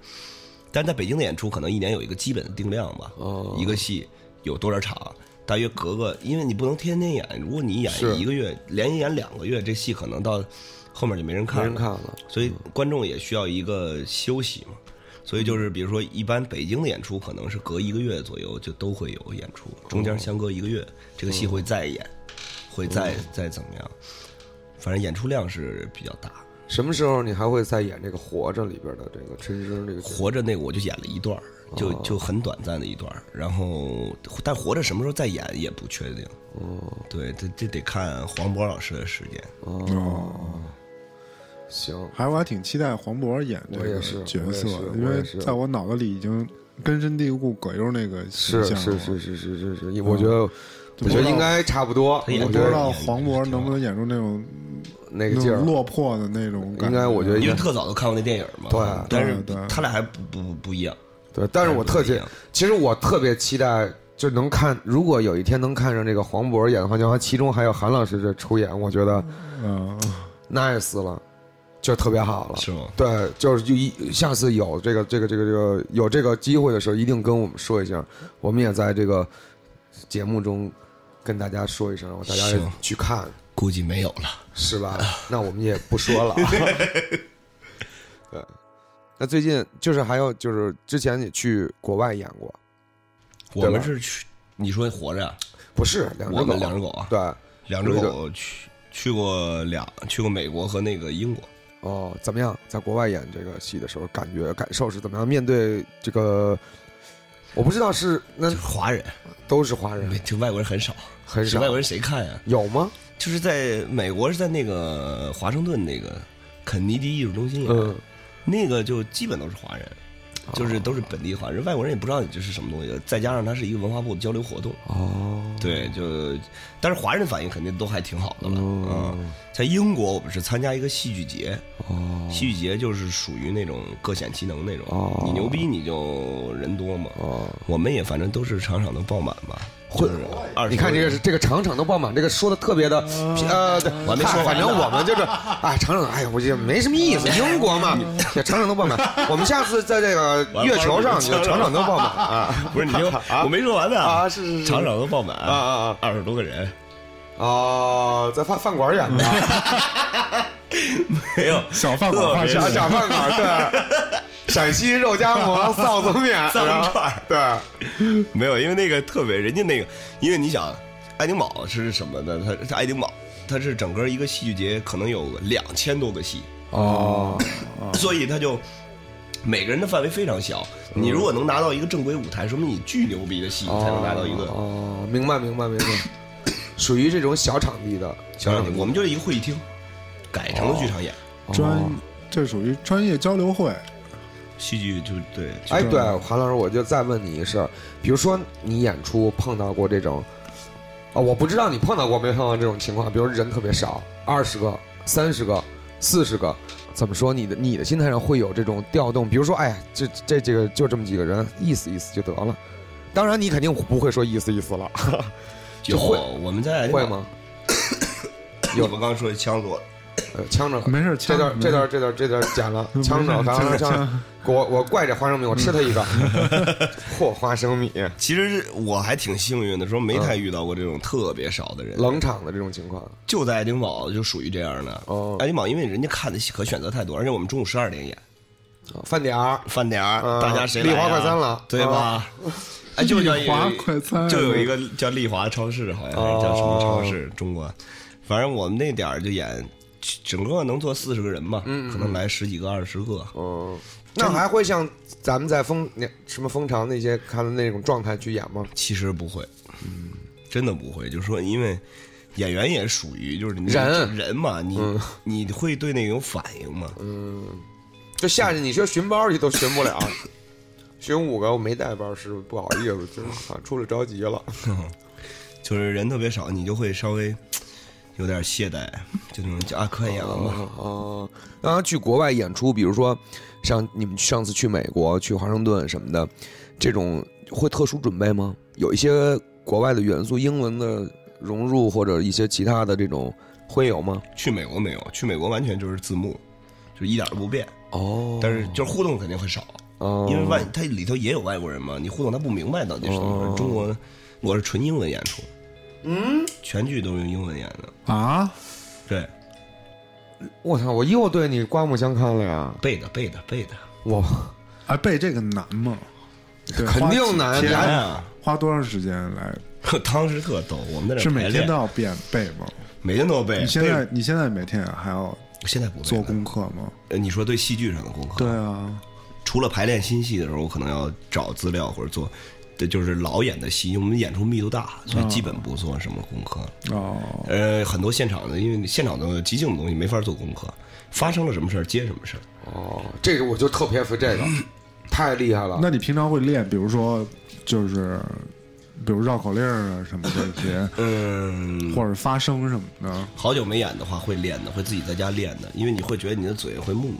Speaker 4: 但在北京的演出，可能一年有一个基本的定量吧，
Speaker 3: 哦
Speaker 4: 一个戏有多少场，大约隔个，因为你不能天天演，如果你演
Speaker 3: 是
Speaker 4: 一个月，连演两个月，这戏可能到后面就没人看
Speaker 3: 没
Speaker 4: 了，
Speaker 3: 人看了，
Speaker 4: 所以观众也需要一个休息嘛。所以就是，比如说，一般北京的演出可能是隔一个月左右就都会有演出，
Speaker 2: 哦
Speaker 4: 中间相隔一个月，这个戏会再演，会
Speaker 2: 哦
Speaker 4: 再再怎么样，反正演出量是比较大。
Speaker 3: 什么时候你还会再演这个《活着》里边的这个陈升这个
Speaker 4: 活着那个我就演了一段儿，
Speaker 2: 哦
Speaker 4: 就就很短暂的一段儿，然后但活着什么时候再演也不确定。对，这这得看黄渤老师的时间。
Speaker 2: 哦，
Speaker 3: 行
Speaker 2: 还我还挺期待黄渤演这
Speaker 3: 我也
Speaker 2: 个
Speaker 3: 是
Speaker 2: 角色
Speaker 3: 我也
Speaker 2: 的，
Speaker 3: 是
Speaker 2: 因
Speaker 3: 我
Speaker 2: 为
Speaker 3: 也是
Speaker 2: 在我脑子里已经根深蒂固葛优那个形
Speaker 3: 是
Speaker 2: 象了。
Speaker 3: 是是是是是是，我觉得我
Speaker 2: 不知
Speaker 3: 觉
Speaker 2: 道
Speaker 3: 得应该差不多，
Speaker 4: 他演
Speaker 3: 我
Speaker 2: 不
Speaker 3: 觉
Speaker 2: 知
Speaker 3: 得
Speaker 2: 道黄渤能不能演出那种
Speaker 3: 那
Speaker 2: 那
Speaker 3: 个劲
Speaker 2: 种
Speaker 3: 儿
Speaker 2: 落魄的那种感觉。
Speaker 3: 应该我觉得
Speaker 4: 因为特早都看过那电影嘛，
Speaker 3: 对
Speaker 4: 但是
Speaker 2: 对对啊
Speaker 4: 他俩还不不不一样，
Speaker 3: 对，但是我特
Speaker 4: 不一
Speaker 3: 别
Speaker 4: 样，
Speaker 3: 其实我特别期待，就能看，如果有一天能看上这个黄渤演的话，就好像其中还有韩老师这出演，我觉得
Speaker 2: 嗯，
Speaker 3: nice 了，就特别好了。
Speaker 4: 是吗？
Speaker 3: 对，就是就一下次有这个这个这个这个有这个机会的时候，一定跟我们说一下，我们也在这个节目中跟大家说一声，然后大家也
Speaker 4: 行
Speaker 3: 去看，
Speaker 4: 估计没有了。
Speaker 3: 是吧？ 那我们也不说 了。对，那最近就是还有就是之前也去国外演过，
Speaker 4: 我
Speaker 3: 对
Speaker 4: 们
Speaker 3: 吧
Speaker 4: 是去，你说活着啊，
Speaker 3: 不是两只
Speaker 4: 我
Speaker 3: 狗
Speaker 4: 们两只狗啊，
Speaker 3: 对，
Speaker 4: 两只
Speaker 3: 有一个
Speaker 4: 狗去去过俩，去过美国和那个英国，
Speaker 3: 哦，怎么样？在国外演这个戏的时候，感觉感受是怎么样？面对这个，我不知道是那
Speaker 4: 就是华人，
Speaker 3: 都是华
Speaker 4: 没
Speaker 3: 人，
Speaker 4: 就外国人很少，
Speaker 3: 呃嗯很
Speaker 4: 是
Speaker 3: 少
Speaker 4: 外国人谁看呀？
Speaker 3: 有吗？
Speaker 4: 就是在美国是在那个华盛顿那个肯尼迪艺术中心演，
Speaker 3: 嗯，哦
Speaker 4: 那个就基本都是华人，就是都是本地华人，外国人也不知道你这是什么东西，再加上它是一个文化部的交流活动，
Speaker 3: 哦，
Speaker 4: 对，就但是华人反应肯定都还挺好的了，
Speaker 3: 哦
Speaker 4: 嗯，在英国我们是参加一个戏剧节，
Speaker 3: 哦
Speaker 4: 戏剧节就是属于那种各显其能那种，
Speaker 3: 哦
Speaker 4: 你牛逼你就人多嘛。
Speaker 3: 哦，
Speaker 4: 我们也反正都是场场都爆满吧，就是二十。
Speaker 3: 你看这个是这个场场都爆满，这个说的特别的，呃，对
Speaker 4: 嗯我还没说
Speaker 3: 嗨
Speaker 4: 完呢
Speaker 3: 反正我们就是，哎，场场，哎呀，我这没什么意思，英国 嘛，也场场都爆满。我们下次在这个
Speaker 4: 完了
Speaker 3: 月球上，就
Speaker 4: 完了
Speaker 3: 场场都爆满 啊
Speaker 4: 不是你听，我没说完呢
Speaker 3: 啊是是是
Speaker 4: 场场都爆满
Speaker 3: 啊啊啊！
Speaker 4: 二十多个人，
Speaker 3: 哦，在饭饭馆演的，
Speaker 4: 嗯没有
Speaker 2: 小饭馆话剧
Speaker 3: 小小饭馆 对，陕西肉夹馍、臊子面、
Speaker 4: 脏
Speaker 3: 然后
Speaker 4: 串儿
Speaker 3: 对，
Speaker 4: 没有，因为那个特别，人家那个，因为你想，爱丁堡是什么呢？它它爱丁堡，它是整个一个戏剧节可能有两千多个戏，
Speaker 3: 哦，
Speaker 4: 所以它就每个人的范围非常小。你如果能拿到一个正规舞台，说明你巨牛逼的戏，你才能拿到一个
Speaker 3: 哦，明白明白明白，属于这种小场地的哦
Speaker 4: 小场地。我们就是一个会议厅，改成了剧场演
Speaker 2: 专，
Speaker 3: 哦
Speaker 2: 这属于专业交流会，
Speaker 4: 戏剧就，对。就
Speaker 3: 哎，对，韩老师，我就再问你一事儿，比如说你演出碰到过这种，啊、我不知道你碰到过没碰到这种情况，比如人特别少，二十个、三十个、四十个，怎么说？你的你的心态上会有这种调动，比如说，哎呀，这这这个就这么几个人，意思意思就得了。当然，你肯定不会说意思意思了，
Speaker 4: 有
Speaker 3: 就会
Speaker 4: 我们
Speaker 2: 哎
Speaker 4: 在
Speaker 3: 会？ 吗？
Speaker 4: 有，我刚刚说呛死我了。
Speaker 3: 呃，呛着了，
Speaker 2: 没事，
Speaker 3: 这
Speaker 2: 枪
Speaker 3: 段这段这段这段剪了，呛着了，
Speaker 2: 没事
Speaker 3: 呛着
Speaker 2: 呛着嗯
Speaker 3: 了，呛着了，给我我怪这花生米，我吃它一个， 嚯，花生米，
Speaker 4: 其实我还挺幸运的，说没太遇到过这种特别少的人，
Speaker 3: 冷场的这种情况。
Speaker 4: 就在爱丁堡就属于这样的。
Speaker 3: 哦
Speaker 4: 爱丁堡因为人家看的戏可选择太多，而且我们中午十二点演，
Speaker 3: 饭点儿，
Speaker 4: 饭点儿、
Speaker 3: 嗯
Speaker 4: 大家谁来、啊？
Speaker 3: 丽华快餐了啊
Speaker 4: 对吧？哎，就叫一
Speaker 2: 丽华快餐
Speaker 4: 就有一个叫丽华超市，好像
Speaker 3: 哦
Speaker 4: 是叫什么超市？中国，反正我们那点儿就演，整个能坐四十个人吧，可能来十几个、二十个。
Speaker 3: 嗯，那还会像咱们在蜂那什么蜂巢那些看的那种状态去演吗？
Speaker 4: 其实不会，嗯，真的不会。就是说，因为演员也属于就是你
Speaker 3: 人嗯
Speaker 4: 人嘛，你、你会对那个有反应嘛？
Speaker 3: 就下去你说寻包去都寻不 了，寻五个我没带包，师傅不好意思，真是啊出来着急了。
Speaker 4: 就是人特别少，你就会稍微有点懈怠，就那种叫啊，快演了吧。
Speaker 3: 哦，然后去国外演出，比如说像你们上次去美国、去华盛顿什么的，这种会特殊准备吗？有一些国外的元素，英文的融入或者一些其他的这种会有吗？
Speaker 4: 去美国没有？去美国完全就是字幕，就一点儿都不变。
Speaker 3: 哦
Speaker 4: 但是就是互动肯定会少，
Speaker 3: 哦
Speaker 4: 因为外它里头也有外国人嘛，你互动他不明白到底是什么事儿。中国我是纯英文演出，嗯，全剧都是用英文演的，
Speaker 2: 啊，
Speaker 4: 对，
Speaker 3: 我操，我又对你刮目相看了呀！
Speaker 4: 背的背的背的，
Speaker 3: 我
Speaker 2: 哎，背这个难吗？对
Speaker 3: 肯定难
Speaker 2: 花几
Speaker 3: 天
Speaker 4: 哎
Speaker 2: 天
Speaker 4: 呀，
Speaker 2: 花多长时间来？
Speaker 4: 当时特逗，我们在那
Speaker 2: 是
Speaker 4: 儿排
Speaker 2: 每天
Speaker 4: 练
Speaker 2: 都，要变背吗？
Speaker 4: 每天都要背。
Speaker 2: 你现在
Speaker 4: 背
Speaker 2: 你现在每天还要
Speaker 4: 现在不背
Speaker 2: 做
Speaker 4: 了
Speaker 2: 功课吗？
Speaker 4: 呃你说对戏剧上的功课，
Speaker 2: 对啊，
Speaker 4: 除了排练新戏的时候，我可能要找资料或者做，这就是老演的戏，因为我们演出密度大，所以
Speaker 2: 嗯
Speaker 4: 基本不做什么功课。
Speaker 2: 哦，
Speaker 4: 呃，很多现场的，因为现场的即兴的东西没法做功课，发生了什么事儿接什么事儿。
Speaker 3: 哦，这个我就特佩服这个，太厉害了。
Speaker 2: 那你平常会练，比如说就是比如绕口令啊什么这些，
Speaker 4: 嗯，
Speaker 2: 或者发声什么的，
Speaker 4: 好久没演的话，会练的，会自己在家练的，因为你会觉得你的嘴会木，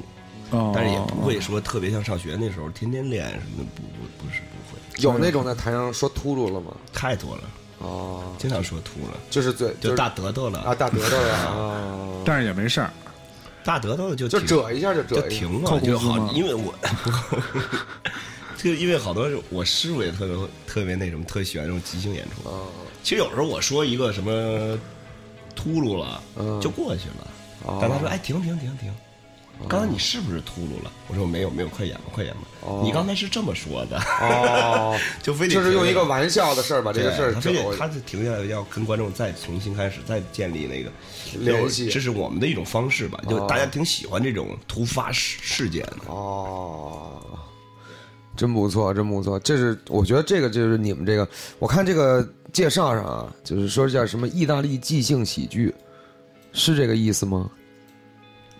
Speaker 2: 哦，
Speaker 4: 但是也不会说特别像上学那时候天天练什么的，不不不是不会，
Speaker 3: 有那种在台上说秃噜了吗？
Speaker 4: 太多了，
Speaker 3: 哦，
Speaker 4: 经常说秃了，
Speaker 3: 就是嘴
Speaker 4: 就是大得得了，
Speaker 3: 啊大舌头呀， 啊，
Speaker 2: 但是也没事儿，
Speaker 4: 大得得了就
Speaker 3: 就
Speaker 4: 挺
Speaker 3: 遮一下就
Speaker 4: 就
Speaker 3: 遮一下。
Speaker 4: 停
Speaker 2: 扣工
Speaker 4: 了，
Speaker 2: 资
Speaker 4: 就
Speaker 2: 吗
Speaker 4: 好，因为我，就因为好多人我师傅也特别特别那什么，特喜欢这种即兴演出。
Speaker 3: 哦
Speaker 4: 其实有时候我说一个什么秃噜了，
Speaker 3: 嗯
Speaker 4: 就过去了，
Speaker 3: 哦
Speaker 4: 但他说哎停停停停，刚才你是不是秃噜了？我说没有没有，快演吧快演吧
Speaker 3: 哦，
Speaker 4: 你刚才是这么说的，
Speaker 3: 哦，
Speaker 4: 就 非得
Speaker 3: 就是用一个
Speaker 4: 停下来
Speaker 3: 玩笑的事儿把这个事儿
Speaker 4: 对他
Speaker 3: 整
Speaker 4: 非得他就停下来要跟观众再重新开始，再建立那个
Speaker 3: 联系
Speaker 4: 这是我们的一种方式吧，就大家挺喜欢这种突发事事件的。
Speaker 3: 哦，真不错，真不错。这是我觉得这个就是你们这个，我看这个介绍上啊，就是说叫什么意大利即兴喜剧，是这个意思吗？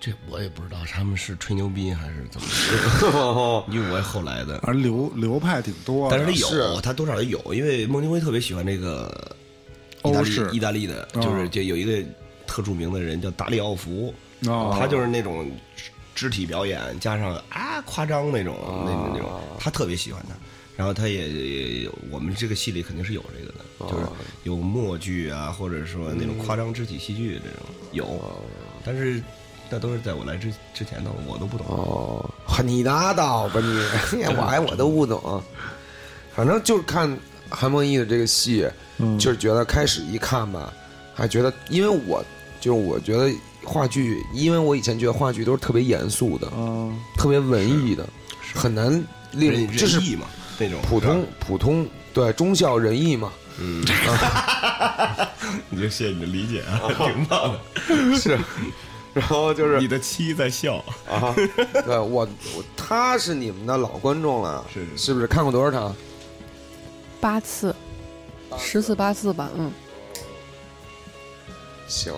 Speaker 4: 这我也不知道他们是吹牛逼还是怎么着，因为我也后来的，
Speaker 2: 而啊流流派挺多的，
Speaker 4: 但是他有，
Speaker 3: 是
Speaker 4: 他多少也有，因为孟京辉特别喜欢这个意大
Speaker 2: 欧
Speaker 4: 利
Speaker 2: 式
Speaker 4: 意大利的，
Speaker 2: 嗯
Speaker 4: 就是这有一个特著名的人叫达利奥福，
Speaker 2: 哦
Speaker 4: 他就是那种肢肢体表演加上啊夸张那种
Speaker 3: 哦
Speaker 4: 那那那种，他特别喜欢他。然后他也也有，我们这个戏里肯定是有这个
Speaker 3: 哦
Speaker 4: 的，就是有默剧啊，或者说那种夸张肢体戏剧这种有，
Speaker 3: 哦
Speaker 4: 但是那都是在我来之之前的，我都不懂。
Speaker 3: 哦，你拉倒吧你， 我哎我都不懂，反正就是看韩梦艺的这个戏，就是觉得开始一看吧，还觉得，因为我就是我觉得话剧，因为我以前觉得话剧都是特别严肃的，
Speaker 2: 嗯，
Speaker 3: 特别文艺的，很难
Speaker 4: 人
Speaker 3: 令就是
Speaker 4: 仁义嘛，那种
Speaker 3: 普通，普通对忠孝仁义嘛，
Speaker 4: 你就谢谢你的理解啊，挺棒 的。
Speaker 3: 是。然后就是
Speaker 4: 你的妻在笑，
Speaker 3: 啊，对我我他是你们的老观众了，
Speaker 4: 是是
Speaker 3: 是不是看过多少场？
Speaker 6: 八次，十次八次吧，嗯，
Speaker 3: 行，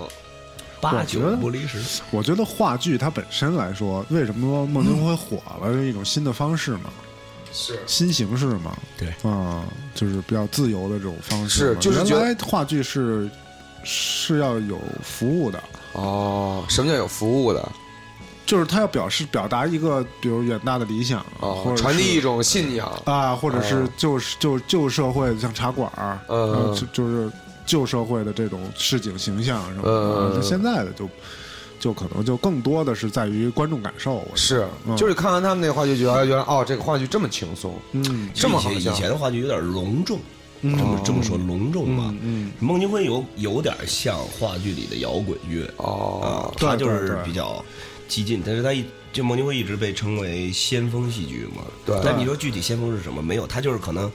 Speaker 4: 八
Speaker 2: 我觉
Speaker 4: 九
Speaker 2: 得
Speaker 4: 不离十。
Speaker 2: 我觉得话剧它本身来说，为什么说孟京辉火了？是一种新的方式嘛，
Speaker 3: 是
Speaker 2: 新形式嘛。
Speaker 4: 对
Speaker 2: 啊、就是比较自由的这种方式
Speaker 3: 是
Speaker 2: 嘛。
Speaker 3: 就是觉
Speaker 2: 原
Speaker 3: 得
Speaker 2: 来话剧是是要有服务的，
Speaker 3: 哦，什么叫有服务的？
Speaker 2: 就是他要表示表达一个，比如远大的理想啊，或
Speaker 3: 哦
Speaker 2: 者，
Speaker 3: 传
Speaker 2: 是
Speaker 3: 递一种信仰。
Speaker 2: 啊，或者是
Speaker 3: 哦
Speaker 2: 旧时旧旧社会，像茶馆儿，
Speaker 3: 嗯
Speaker 2: 然后就就是旧社会的这种市井形象什么
Speaker 3: 嗯
Speaker 2: 的。那现在的就就可能就更多的是在于观众感受，我觉得
Speaker 3: 是，
Speaker 2: 嗯
Speaker 3: 就是看完他们那个话剧，觉得觉得哦，这个话剧这么轻松，
Speaker 2: 嗯
Speaker 3: 这么好
Speaker 4: 以前
Speaker 3: 笑
Speaker 4: 以前的话剧有点隆重，这
Speaker 3: 哦
Speaker 4: 么这么说隆重吧。
Speaker 2: 嗯
Speaker 4: 孟京辉有有点像话剧里的摇滚乐啊
Speaker 3: 哦，，
Speaker 4: 他
Speaker 2: 对
Speaker 4: 就
Speaker 2: 对
Speaker 4: 是
Speaker 2: 对
Speaker 4: 比较激进，但是他一就孟京辉一直被称为先锋戏剧嘛。
Speaker 3: 对
Speaker 4: 但你说具体先锋是什么？没有，他就是可能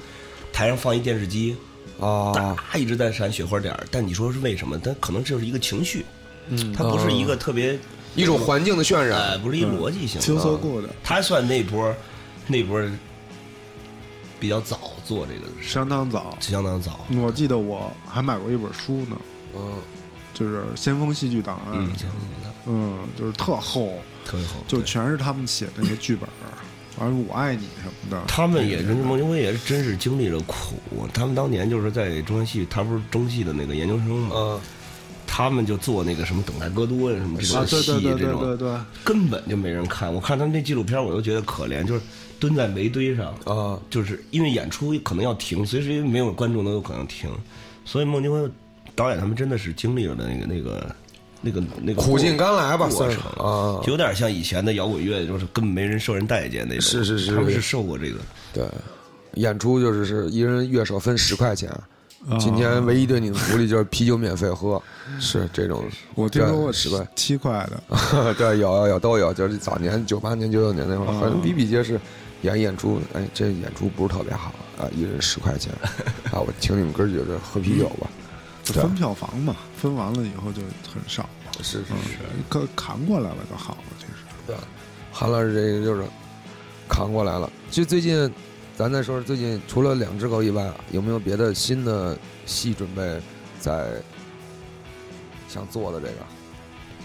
Speaker 4: 台上放一电视机，
Speaker 2: 呃
Speaker 3: 哦，
Speaker 4: 哒一直在闪雪花点儿。但你说是为什么？它可能就是一个情绪，
Speaker 2: 嗯，
Speaker 4: 它不是一个特别
Speaker 3: 一种环境的渲
Speaker 4: 呃，
Speaker 3: 染，
Speaker 4: 不是一逻辑性
Speaker 2: 轻
Speaker 4: 的。
Speaker 2: 松过的，
Speaker 3: 嗯
Speaker 4: 他算那波儿那波儿比较早做这个事，
Speaker 2: 相当早。
Speaker 4: 相当早。
Speaker 2: 我记得我还买过一本书呢，呃
Speaker 3: 嗯，
Speaker 2: 就是《先锋戏剧档案
Speaker 4: 嗯，》，相当早
Speaker 2: 嗯，就是特厚，
Speaker 4: 特别好，
Speaker 2: 就
Speaker 4: 对
Speaker 2: 全是他们写的那些剧本儿，完了我爱你什么的。
Speaker 4: 他们也是孟京辉也是真是经历了苦，他们当年就是在中央戏，他不是中戏的那个研究生嘛，
Speaker 2: 呃
Speaker 3: 嗯，
Speaker 4: 他们就做那个什么《等待戈多》呀什么这
Speaker 2: 啊对
Speaker 4: 种，戏，
Speaker 2: 对对对
Speaker 4: 这
Speaker 2: 对
Speaker 4: 种
Speaker 2: 对，
Speaker 4: 根本就没人看。我看他们那纪录片，我都觉得可怜，就是蹲在煤堆上，
Speaker 2: 呃
Speaker 3: 啊，
Speaker 4: 就是因为演出可能要停，随时因为没有观众都有可能停，所以孟京辉导演他们真的是经历了那个那个那个那个
Speaker 3: 苦尽甘来吧，
Speaker 4: 过
Speaker 3: 算是
Speaker 4: 程
Speaker 3: 啊，
Speaker 4: 就有点像以前的摇滚乐，就是根本没人受人待见那种。
Speaker 3: 是是是
Speaker 4: 他们是受过这个。
Speaker 3: 对，演出就是是一人乐手分十块钱。
Speaker 2: 啊
Speaker 3: 今天唯一对你的福利就是啤酒免费喝，是这种。
Speaker 2: 我听说过
Speaker 3: 啊十啊块，
Speaker 2: 七块的，
Speaker 3: 对，有有有都有，就是早年九八年、九九年那会儿，
Speaker 2: 啊
Speaker 3: 反
Speaker 4: 哦
Speaker 3: 正比比皆是。演演出，哎，这演出不是特别好啊，一人十块钱啊，我请你们哥几个喝啤酒吧。
Speaker 4: 嗯
Speaker 2: 就
Speaker 3: 对啊
Speaker 2: 分票房嘛，分完了以后就很少了，
Speaker 3: 是是
Speaker 2: 嗯，可扛过来了就好了，其实。
Speaker 3: 对，韩老师这个就是扛过来了。其实最近，咱再说说最近，除了两只狗以外，有没有别的新的戏准备在想做的这个？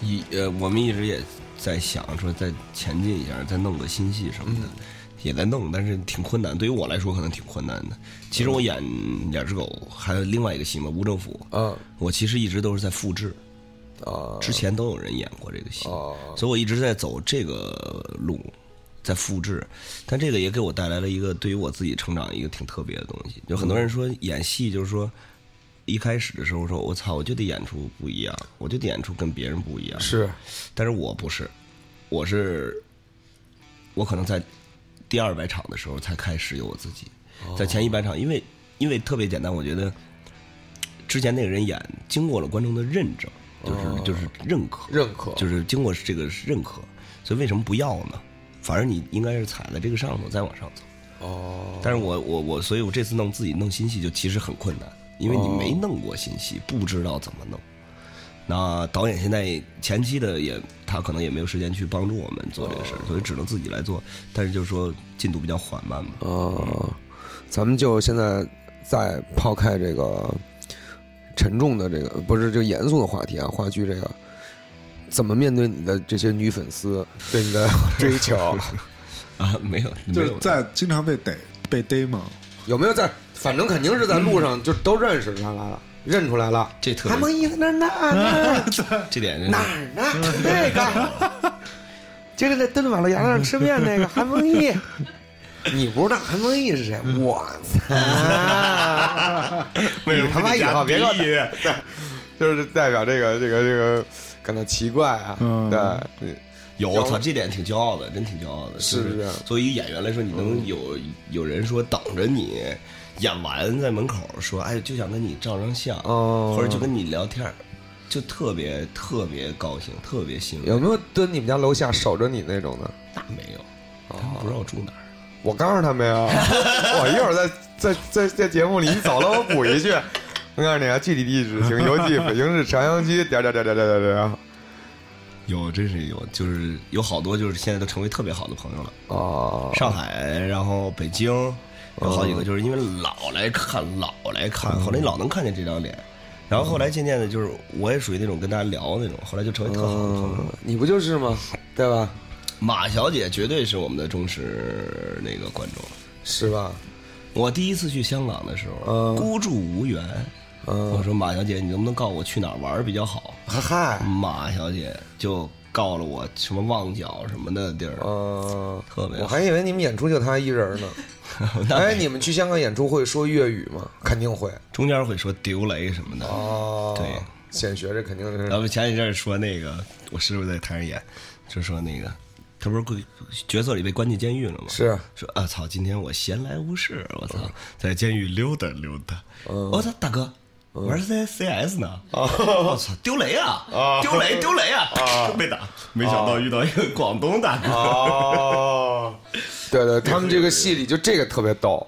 Speaker 4: 一呃，我们一直也在想说再前进一下，再弄个新戏什么的，
Speaker 3: 嗯
Speaker 4: 也在弄，但是挺困难。对于我来说，可能挺困难的。其实我演两只狗，还有另外一个戏嘛，《无政府》，
Speaker 3: 嗯
Speaker 4: 我其实一直都是在复制，
Speaker 3: 啊，
Speaker 4: 之前都有人演过这个戏，
Speaker 3: 哦
Speaker 4: 所以我一直在走这个路，在复制。但这个也给我带来了一个对于我自己成长一个挺特别的东西。有很多人说演戏就是说。一开始的时候说，我操，我就得演出不一样，我就得演出跟别人不一样。
Speaker 3: 是
Speaker 4: 但是我不是，我是，我可能在第二百场的时候才开始有我自己，
Speaker 3: 哦
Speaker 4: 在前一百场，因为因为特别简单，我觉得之前那个人演经过了观众的认证，就是、就是认可，
Speaker 3: 哦认可，
Speaker 4: 就是经过这个认可，所以为什么不要呢？反正你应该是踩在这个上头再往上走。
Speaker 3: 哦，
Speaker 4: 但是我我我，所以我这次弄自己弄新戏就其实很困难，因为你
Speaker 3: 哦
Speaker 4: 没弄过新戏，不知道怎么弄。那导演现在前期的也，他可能也没有时间去帮助我们做这个事儿，所以只能自己来做。但是就是说进度比较缓慢嘛。
Speaker 3: 哦，咱们就现在再抛开这个沉重的这个，不是这个严肃的话题啊，话剧这个怎么面对你的这些女粉丝对 你的追求，
Speaker 4: 啊，没有，没
Speaker 2: 就是
Speaker 4: 有
Speaker 2: 在经常被逮被逮嘛，
Speaker 3: 有没有在？反正肯定是在路上就都认识上来了，认出来了。
Speaker 4: 这特别
Speaker 3: 韩梦怡在那儿那儿那儿
Speaker 4: 这点真是
Speaker 3: 哪儿呢？那个，就是在蹲马路牙子上吃面那个韩梦毅。你不知道韩梦毅是谁？我操！你他妈以后别给我对，就是代表这个这个这个感到奇怪啊。
Speaker 2: 嗯
Speaker 3: 对，
Speaker 4: 有，我操，这点挺骄傲的，真挺骄傲的。
Speaker 3: 是嗯
Speaker 4: 就
Speaker 3: 不是
Speaker 4: 作为一个演员来说，你能有有人说等着你演完在门口说，哎，就想跟你照张相，
Speaker 3: 哦
Speaker 4: 或者就跟你聊天儿，就特别特别高兴，特别兴
Speaker 3: 有
Speaker 4: 奋。
Speaker 3: 没有蹲你们家楼下守着你那种的？
Speaker 4: 那没有，
Speaker 3: 哦
Speaker 4: 他们不知道我住哪儿。
Speaker 3: 我告诉他们呀， 我一会儿在在在在节目里你走了，我补一句。我告诉你啊，具体地址请邮寄北京市朝阳区点儿点儿点儿点儿点儿点儿。
Speaker 4: 有，真是有，就是有好多就是现在都成为特别好的朋友了。
Speaker 3: 啊，
Speaker 4: 上海，然后北京，有好
Speaker 3: 嗯
Speaker 4: 几个，就是因为老来看，老来看，后来你老能看见这张脸。然后后来渐渐的，就是我也属于那种跟大家聊那种，后来就成为特好的朋友
Speaker 3: 嗯
Speaker 4: 了。，
Speaker 3: 你不就是吗？对吧？
Speaker 4: 马小姐绝对是我们的忠实那个观众。
Speaker 3: 是吧？
Speaker 4: 我第一次去香港的时候，
Speaker 3: 嗯
Speaker 4: 孤注无援，我
Speaker 3: 嗯，
Speaker 4: 说马小姐，你能不能告诉我去哪儿玩儿比较好？
Speaker 3: 嗨，
Speaker 4: 马小姐就告了我什么旺角什么的地儿，
Speaker 3: 嗯，
Speaker 4: 特别好
Speaker 3: 我还以为你们演出就他一人 呢。
Speaker 4: 那
Speaker 3: 哎，你们去香港演出会说粤语吗？肯定会。
Speaker 4: 中间会说丢雷什么的。
Speaker 3: 哦，
Speaker 4: 对，
Speaker 3: 现学这肯定
Speaker 4: 然
Speaker 3: 是。
Speaker 4: 后前几阵儿说那个，我师傅在台上演，就说那个，他不是故意角色里被关进监狱了吗？
Speaker 3: 是，
Speaker 4: 说啊嗯操，今天我闲来无事，我操，在监狱溜达溜达。我操，大哥。玩 C C S 呢？我操，丢雷啊！丢雷丢雷啊！啊被打，没想到遇到一个广东大哥。
Speaker 3: 哦，对对，他们这个戏里就这个特别逗，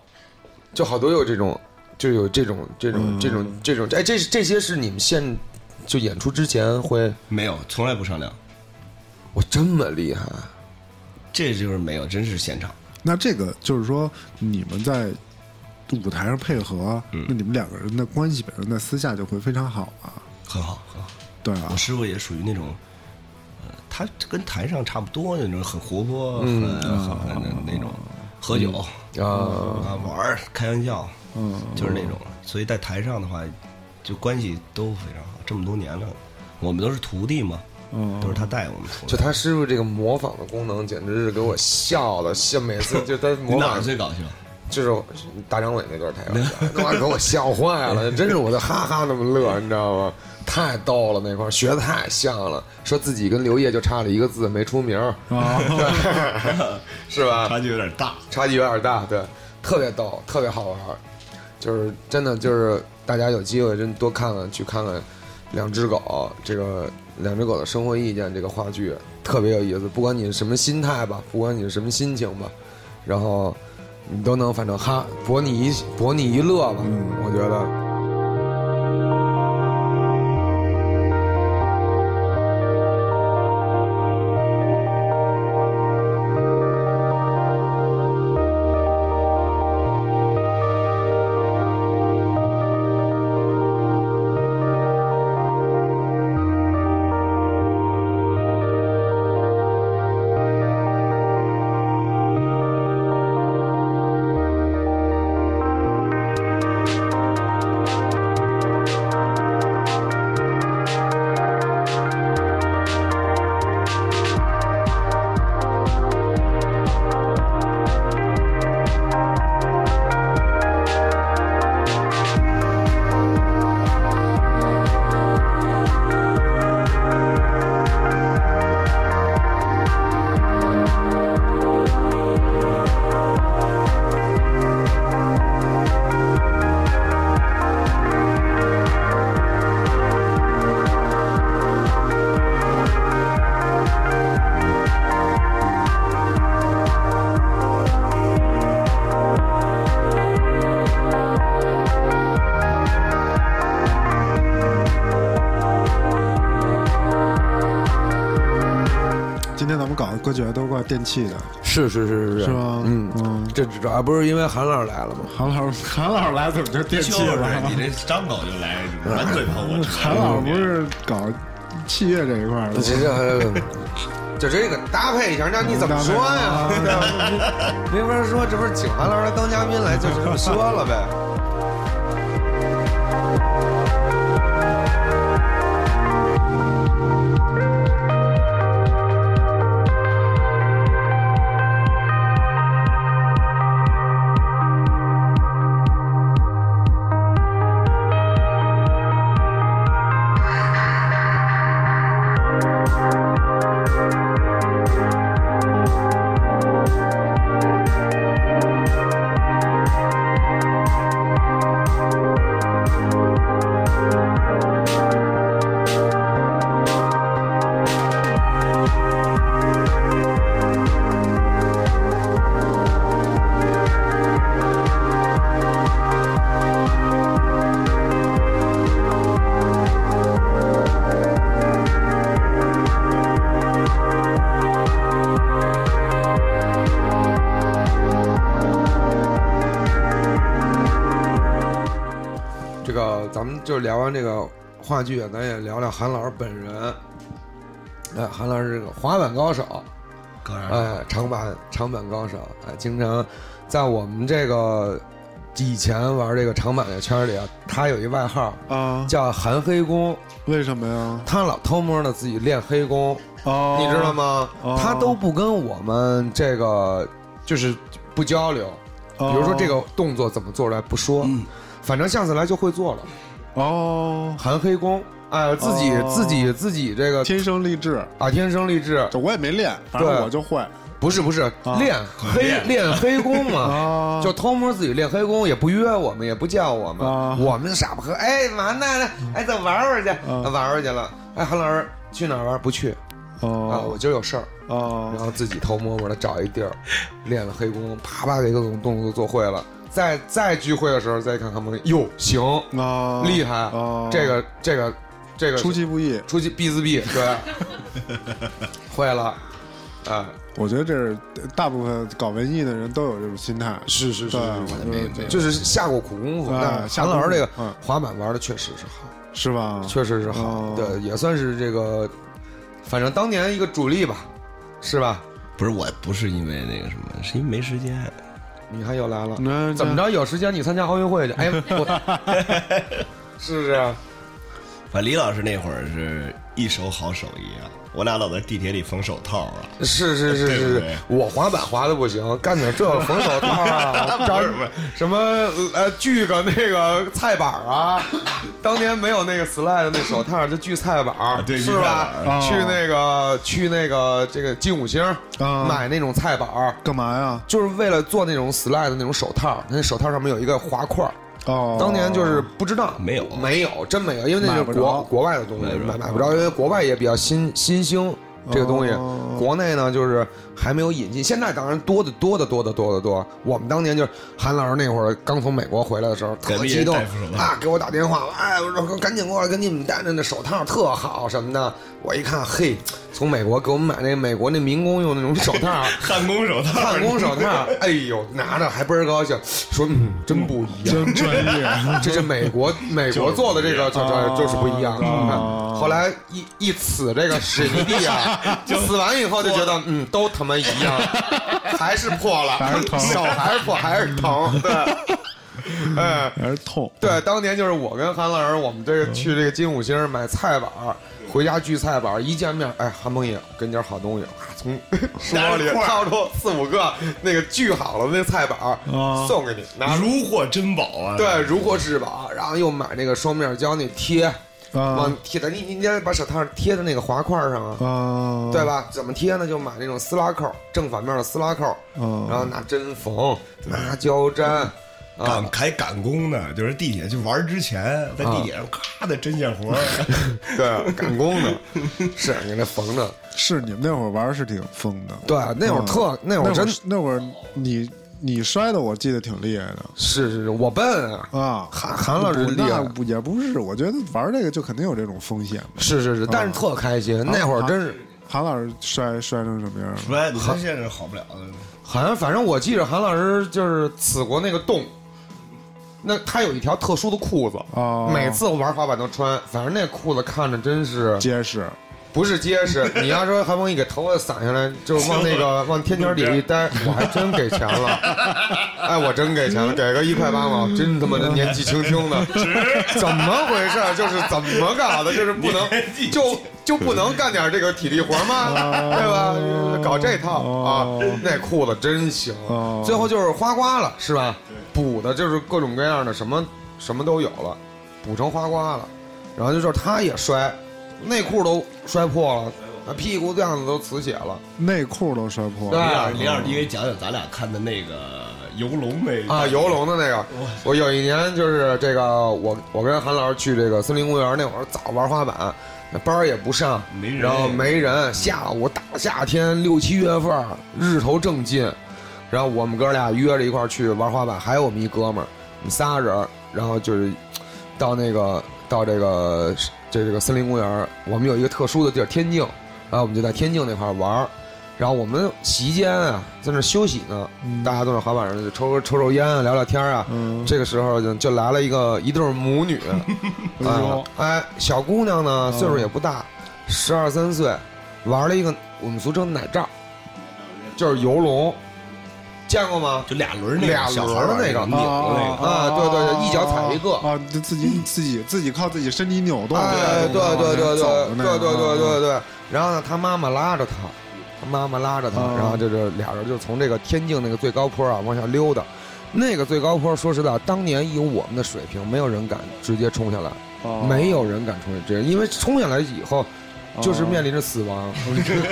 Speaker 3: 就好多有这种，就有这种这种这种这种，哎，这是这些是你们现就演出之前会，
Speaker 4: 没有，从来不商量，
Speaker 3: 哇，这么厉害，
Speaker 4: 这就是没有，真是现场。
Speaker 2: 那这个就是说，你们在舞台上配合，
Speaker 4: 嗯
Speaker 2: 那你们两个人的关系本身在私下就会非常好啊，
Speaker 4: 很好，很好。
Speaker 2: 对啊
Speaker 4: 我，师傅也属于那种，呃，他跟台上差不多那种，很活泼，很很很那种，喝酒
Speaker 3: 啊
Speaker 4: 啊玩儿，开玩笑，
Speaker 2: 嗯，
Speaker 4: 就是那种。所以在台上的话，就关系都非常好，这么多年了，我们都是徒弟嘛，
Speaker 2: 嗯
Speaker 4: 都是他带我们出来。
Speaker 3: 就他师傅这个模仿的功能，简直是给我笑的，笑每次就他
Speaker 4: 你
Speaker 3: 模
Speaker 4: 哪儿
Speaker 3: 仿，
Speaker 4: 最搞笑？就是
Speaker 3: 大张伟那段台湾的， 那玩意儿给我笑坏了，真是我在哈哈那么乐，你知道吗？太逗了那块儿，学的太像了，说自己跟刘烨就差了一个字没出名儿， 是吧？
Speaker 4: 距有点大。
Speaker 3: 差距有点大，对，特别逗，特别好玩儿，就是真的就是大家有机会真多看看，去看看《两只狗》这个《两只狗的生活意见》这个话剧，特别有意思。不管你是什么心态吧，不管你是什么心情吧，然后你都能反正哈博你一博你一乐吧，我觉得。
Speaker 2: 今天咱们搞的歌曲都怪电器的，
Speaker 3: 是是是是
Speaker 2: 是吗？
Speaker 3: 嗯，
Speaker 2: 嗯，
Speaker 3: 这这还不是因为韩老师来了吗？
Speaker 2: 韩老师，韩老师来怎么就电器 了？
Speaker 4: 这张口就来，满嘴跑火
Speaker 2: 韩老师不是搞器乐这一块儿的吗？
Speaker 3: 这这， 就这个搭配一下，那你怎么说呀？啊 没法说，这不是请韩老师当嘉宾来就这么说了呗？
Speaker 5: 我
Speaker 3: 个，咱们就聊完这个话剧，咱也聊聊韩老师本人。哎，韩老师是个滑板高手，
Speaker 4: 高然
Speaker 3: 哎，长板长板高手，哎，经常在我们这个以前玩这个长板的圈里啊，他有一外号
Speaker 2: 啊，
Speaker 3: 叫韩黑工，
Speaker 2: 为什么呀？
Speaker 3: 他老偷摸的自己练黑工，
Speaker 2: 哦，
Speaker 3: 你知道？吗？
Speaker 2: 哦
Speaker 3: 他都不跟我们这个就是不交流，
Speaker 2: 哦、嗯
Speaker 3: 比如说这个动作怎么做出来不说，反正下次来就会做了。
Speaker 2: 哦，
Speaker 3: 韩黑工，哎，自己、
Speaker 2: 哦
Speaker 3: 自己自己这个
Speaker 2: 天生丽质，
Speaker 3: 啊，天生丽质，
Speaker 2: 这我也没练，反正
Speaker 3: 对
Speaker 2: 我就会
Speaker 3: 不是不是、
Speaker 2: 啊
Speaker 3: 练黑练黑 工嘛。
Speaker 2: 啊
Speaker 3: 就偷摸自己练黑工，也不约我们，也不叫我们，
Speaker 2: 啊
Speaker 3: 我们傻不呵，哎，嘛呢？哎，再玩玩去，
Speaker 2: 嗯
Speaker 3: 玩玩去了。哎，韩老师去哪儿玩？不去啊，我
Speaker 2: 哦
Speaker 3: 今儿有事儿。然
Speaker 2: 哦
Speaker 3: 后自己偷摸摸的找一地儿，练了黑工，啪啪给各种动作做会了。再再聚会的时候，再看看们哟，行，
Speaker 2: 啊，
Speaker 3: 厉害，
Speaker 2: 哦
Speaker 3: 这个这个这个
Speaker 2: 出其不意。
Speaker 3: 出去 B 字 B，对，会了，哎，
Speaker 2: 我觉得这是大部分搞文艺的人都有这种心态，
Speaker 3: 是是
Speaker 2: 对
Speaker 3: 是，
Speaker 2: 我觉得
Speaker 3: 就是下过苦功夫。
Speaker 2: 哎
Speaker 3: 但是
Speaker 2: 下
Speaker 3: 韩
Speaker 2: 过
Speaker 3: 老师这
Speaker 2: 苦功
Speaker 3: 个
Speaker 2: 嗯
Speaker 3: 滑板玩的确实是好，
Speaker 2: 是吧？
Speaker 3: 确实是好
Speaker 2: 哦，
Speaker 3: 对，也算是这个，反正当年一个主力吧，是吧？
Speaker 4: 不是我不是因为那个什么，是因为没时间。
Speaker 3: 你看又来了，
Speaker 2: 那
Speaker 3: 怎么？着？有时间你参加奥运会去？哎，我 是不是啊？
Speaker 4: 反正李老师那会儿是一手好手艺啊，我俩老在地铁里缝手套啊。
Speaker 3: 是是是
Speaker 4: 对不
Speaker 3: 是
Speaker 4: 对
Speaker 3: 是，我滑板滑的不行，干点这缝手套 啊，扎什么呃锯个那个菜板儿啊，当年没有那个 slide 的那手套，就啊锯菜板儿，
Speaker 4: 对
Speaker 3: 是
Speaker 4: 锯菜
Speaker 3: 吧
Speaker 4: 板？
Speaker 2: 儿
Speaker 3: 去那个去那个这个金五星
Speaker 2: 啊
Speaker 3: 买那种菜板儿，
Speaker 2: 干嘛呀？
Speaker 3: 就是为了做那种 slide 的那种手套，那手套上面有一个滑块儿。
Speaker 2: 哦，
Speaker 3: 当年就是不知道，
Speaker 4: 没有
Speaker 3: 没有，真没有，因为那是
Speaker 2: 买不
Speaker 3: 国
Speaker 2: 着
Speaker 3: 国外的东西，
Speaker 4: 买不
Speaker 3: 买
Speaker 4: 着
Speaker 3: 买不着，因为国外也比较新新兴这个东西
Speaker 2: 哦，
Speaker 3: 国内呢就是还没有引进。现在当然多的多的多的多的多。我们当年就是韩老师那会儿刚从美国回来的时候，
Speaker 4: 给
Speaker 3: 特
Speaker 4: 别人
Speaker 3: 激动
Speaker 4: 戴副手套
Speaker 3: 啊，给我打电话，哎，我说赶紧过来，给你们戴着那手套特好什么的。我一看，嘿，从美国给我们买那美国那民工用那种手 套。
Speaker 4: 焊工手套，
Speaker 3: 焊工手套， 哎呦，拿着还倍儿高兴，说嗯，真不一样，
Speaker 2: 真专业
Speaker 3: 这是美国美国做的这个，就
Speaker 2: 啊
Speaker 3: 就就是不一样。
Speaker 2: 啊
Speaker 3: 嗯后来一一呲这个水泥地 啊，死完以后就觉得嗯，都他妈一样，还是破了，
Speaker 2: 还是疼
Speaker 3: 手还是破，还是 疼，对，哎。
Speaker 2: 还是痛。
Speaker 3: 对，当年就是我跟韩老师，我们这个去这个金五星买菜板儿，回家锯菜板儿，一见面，哎，韩鹏也给你点好东西，啊，从书包里掏出四五个那个锯好了那菜板儿
Speaker 2: 啊
Speaker 3: 送给你，拿出
Speaker 4: 如获珍宝啊！
Speaker 3: 对，如获至宝，然后又买那个双面胶那贴，往
Speaker 2: 啊
Speaker 3: 贴的，你你你得把手套贴在那个滑块儿上啊，
Speaker 2: 啊，
Speaker 3: 对吧？怎么贴呢？就买那种撕拉扣，正反面的撕拉扣，
Speaker 2: 嗯
Speaker 3: 然后拿针缝，拿胶粘，
Speaker 4: 赶还赶工呢，就是地铁去玩之前，在
Speaker 3: 啊
Speaker 4: 地铁上咔的针线活儿，
Speaker 3: 对，赶工呢，是给那缝的。
Speaker 2: 是你们那会儿玩儿是挺疯的，
Speaker 3: 对，那会儿
Speaker 2: 嗯
Speaker 3: 特，那会儿真
Speaker 2: 那会儿你你摔的，我记得挺厉害的
Speaker 3: 是是是，我笨啊，
Speaker 2: 啊。
Speaker 3: 韩韩老师
Speaker 2: 不
Speaker 3: 厉害
Speaker 2: 那，不也不是，我觉得玩这个就肯定有这种风险嘛。
Speaker 3: 是是是，但是特开心，那会儿真是，
Speaker 2: 韩老师摔摔成什么样了？
Speaker 4: 摔的他哎现在好不了了。
Speaker 3: 好像反正我记着韩老师就是死过那个洞。那他有一条特殊的裤子，
Speaker 2: 哦
Speaker 3: 每次我玩滑板都穿，反正那裤子看着真是
Speaker 2: 结实，
Speaker 3: 不是结实。你要说韩鹏一给头发散下来，就往那个往天桥底下一待，我还真给钱了。哎，我真给钱了，给个一块八毛，真他妈的年纪轻轻的，怎么回事？就是怎么搞的？就是不能就就不能干点这个体力活吗？对吧？搞这套啊
Speaker 2: 哦，
Speaker 3: 那裤子真行
Speaker 2: 哦。
Speaker 3: 最后就是花瓜了，是吧？补的就是各种各样的，什么什么都有了，补成花瓜了。然后就是他也摔，内裤都摔破了，啊，屁股这样子都呲血了。
Speaker 2: 内裤都摔破
Speaker 3: 对啊
Speaker 2: 了。
Speaker 4: 李老师，李老师，你给讲讲咱俩看的那个游龙那
Speaker 3: 啊，游龙的那个，我有一年就是这个，我我跟韩老师去这个森林公园那会儿，早玩滑板，那班儿也不上，
Speaker 4: 没人
Speaker 3: 然后没人，下午大夏天六七月份儿，日头正劲，然后我们哥俩约着一块儿去玩滑板，还有我们一哥们儿，我们仨人儿，然后就是到那个到这个啊这这个森林公园儿，我们有一个特殊的地儿天镜，然后我们就在天镜那块儿玩儿。然后我们席间啊，在那儿休息呢，大家都在滑板上就抽抽抽烟啊，聊聊天啊。
Speaker 2: 嗯，
Speaker 3: 这个时候就就来了一个一对儿 母女，
Speaker 2: 哎
Speaker 3: 啊
Speaker 2: 呦，
Speaker 3: 哎，小姑娘呢
Speaker 2: 嗯
Speaker 3: 岁数也不大，十二三岁，玩了一个我们俗称奶罩，就是游龙，见过吗？
Speaker 4: 就俩轮儿那
Speaker 3: 俩
Speaker 4: 个小孩儿
Speaker 3: 轮儿
Speaker 4: 玩
Speaker 3: 那个
Speaker 4: 拧的那个，
Speaker 3: 啊对对对一脚踩一个
Speaker 2: 啊，就自己自己自己靠自己身体扭动，
Speaker 3: 哎，对对对对
Speaker 2: 走啊的
Speaker 3: 对
Speaker 2: 那个
Speaker 3: 对对对
Speaker 2: 啊
Speaker 3: 对。然后呢，他妈妈拉着他，他妈妈拉着他，
Speaker 2: 嗯
Speaker 3: 然后就是俩人就从这个天境那个最高坡啊往下溜达。那个最高坡，说实在，当年以我们的水平，没有人敢直接冲下来，
Speaker 2: 啊
Speaker 3: 没有人敢冲下来，因为冲下来以后就是面临着死亡，哦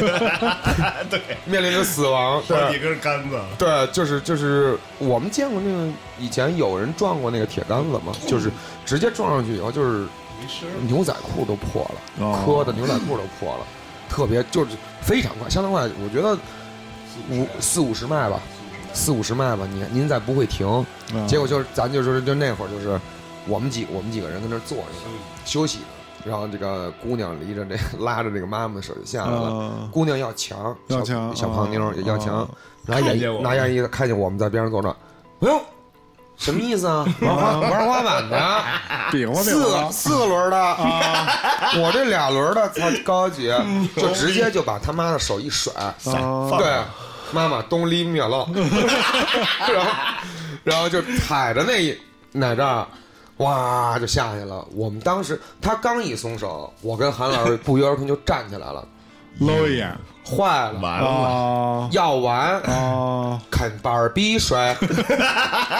Speaker 3: 对，面临着死亡， 对，
Speaker 4: 几根杆子，
Speaker 3: 对，就是就是我们见过那个以前有人撞过那个铁杆子嘛，就是直接撞上去以后，就是牛仔裤都破
Speaker 2: 啊
Speaker 3: 了，磕的牛仔裤都破了，特别就是非常快，相当快，我觉得五四五十迈吧，四五十迈吧，您您再不会停，
Speaker 2: 啊
Speaker 3: 结果就是咱就是就那会儿就是我们几我们几个人跟那儿坐着呢休息呢，然后这个姑娘离着这拉着这个妈妈的手就下来了，
Speaker 2: 啊
Speaker 3: 姑娘要强，
Speaker 2: 要
Speaker 3: 小
Speaker 2: 强
Speaker 3: 小胖妞儿也要强
Speaker 2: 啊，
Speaker 3: 拿眼
Speaker 4: 看
Speaker 3: 一
Speaker 4: 见我们
Speaker 3: 拿眼一看见我们在边上坐着，哎呦，什么意思 啊？玩滑玩滑板的，
Speaker 2: 比划比
Speaker 3: 四
Speaker 2: 划
Speaker 3: 个四个轮儿的，
Speaker 2: 啊
Speaker 3: 我这俩轮儿的，操高级，就直接就把他妈的手一甩，
Speaker 2: 啊
Speaker 3: 对，妈妈 don't leave me alone，然后然后就踩着那一奶罩，哇就下去了。我们当时他刚一松手，我跟韩老师不约而同就站起来了，
Speaker 2: 搂一眼
Speaker 3: 坏了，
Speaker 4: 完了，
Speaker 2: 啊
Speaker 3: 要完
Speaker 4: 哦
Speaker 2: 啊，
Speaker 3: 肯板逼 摔，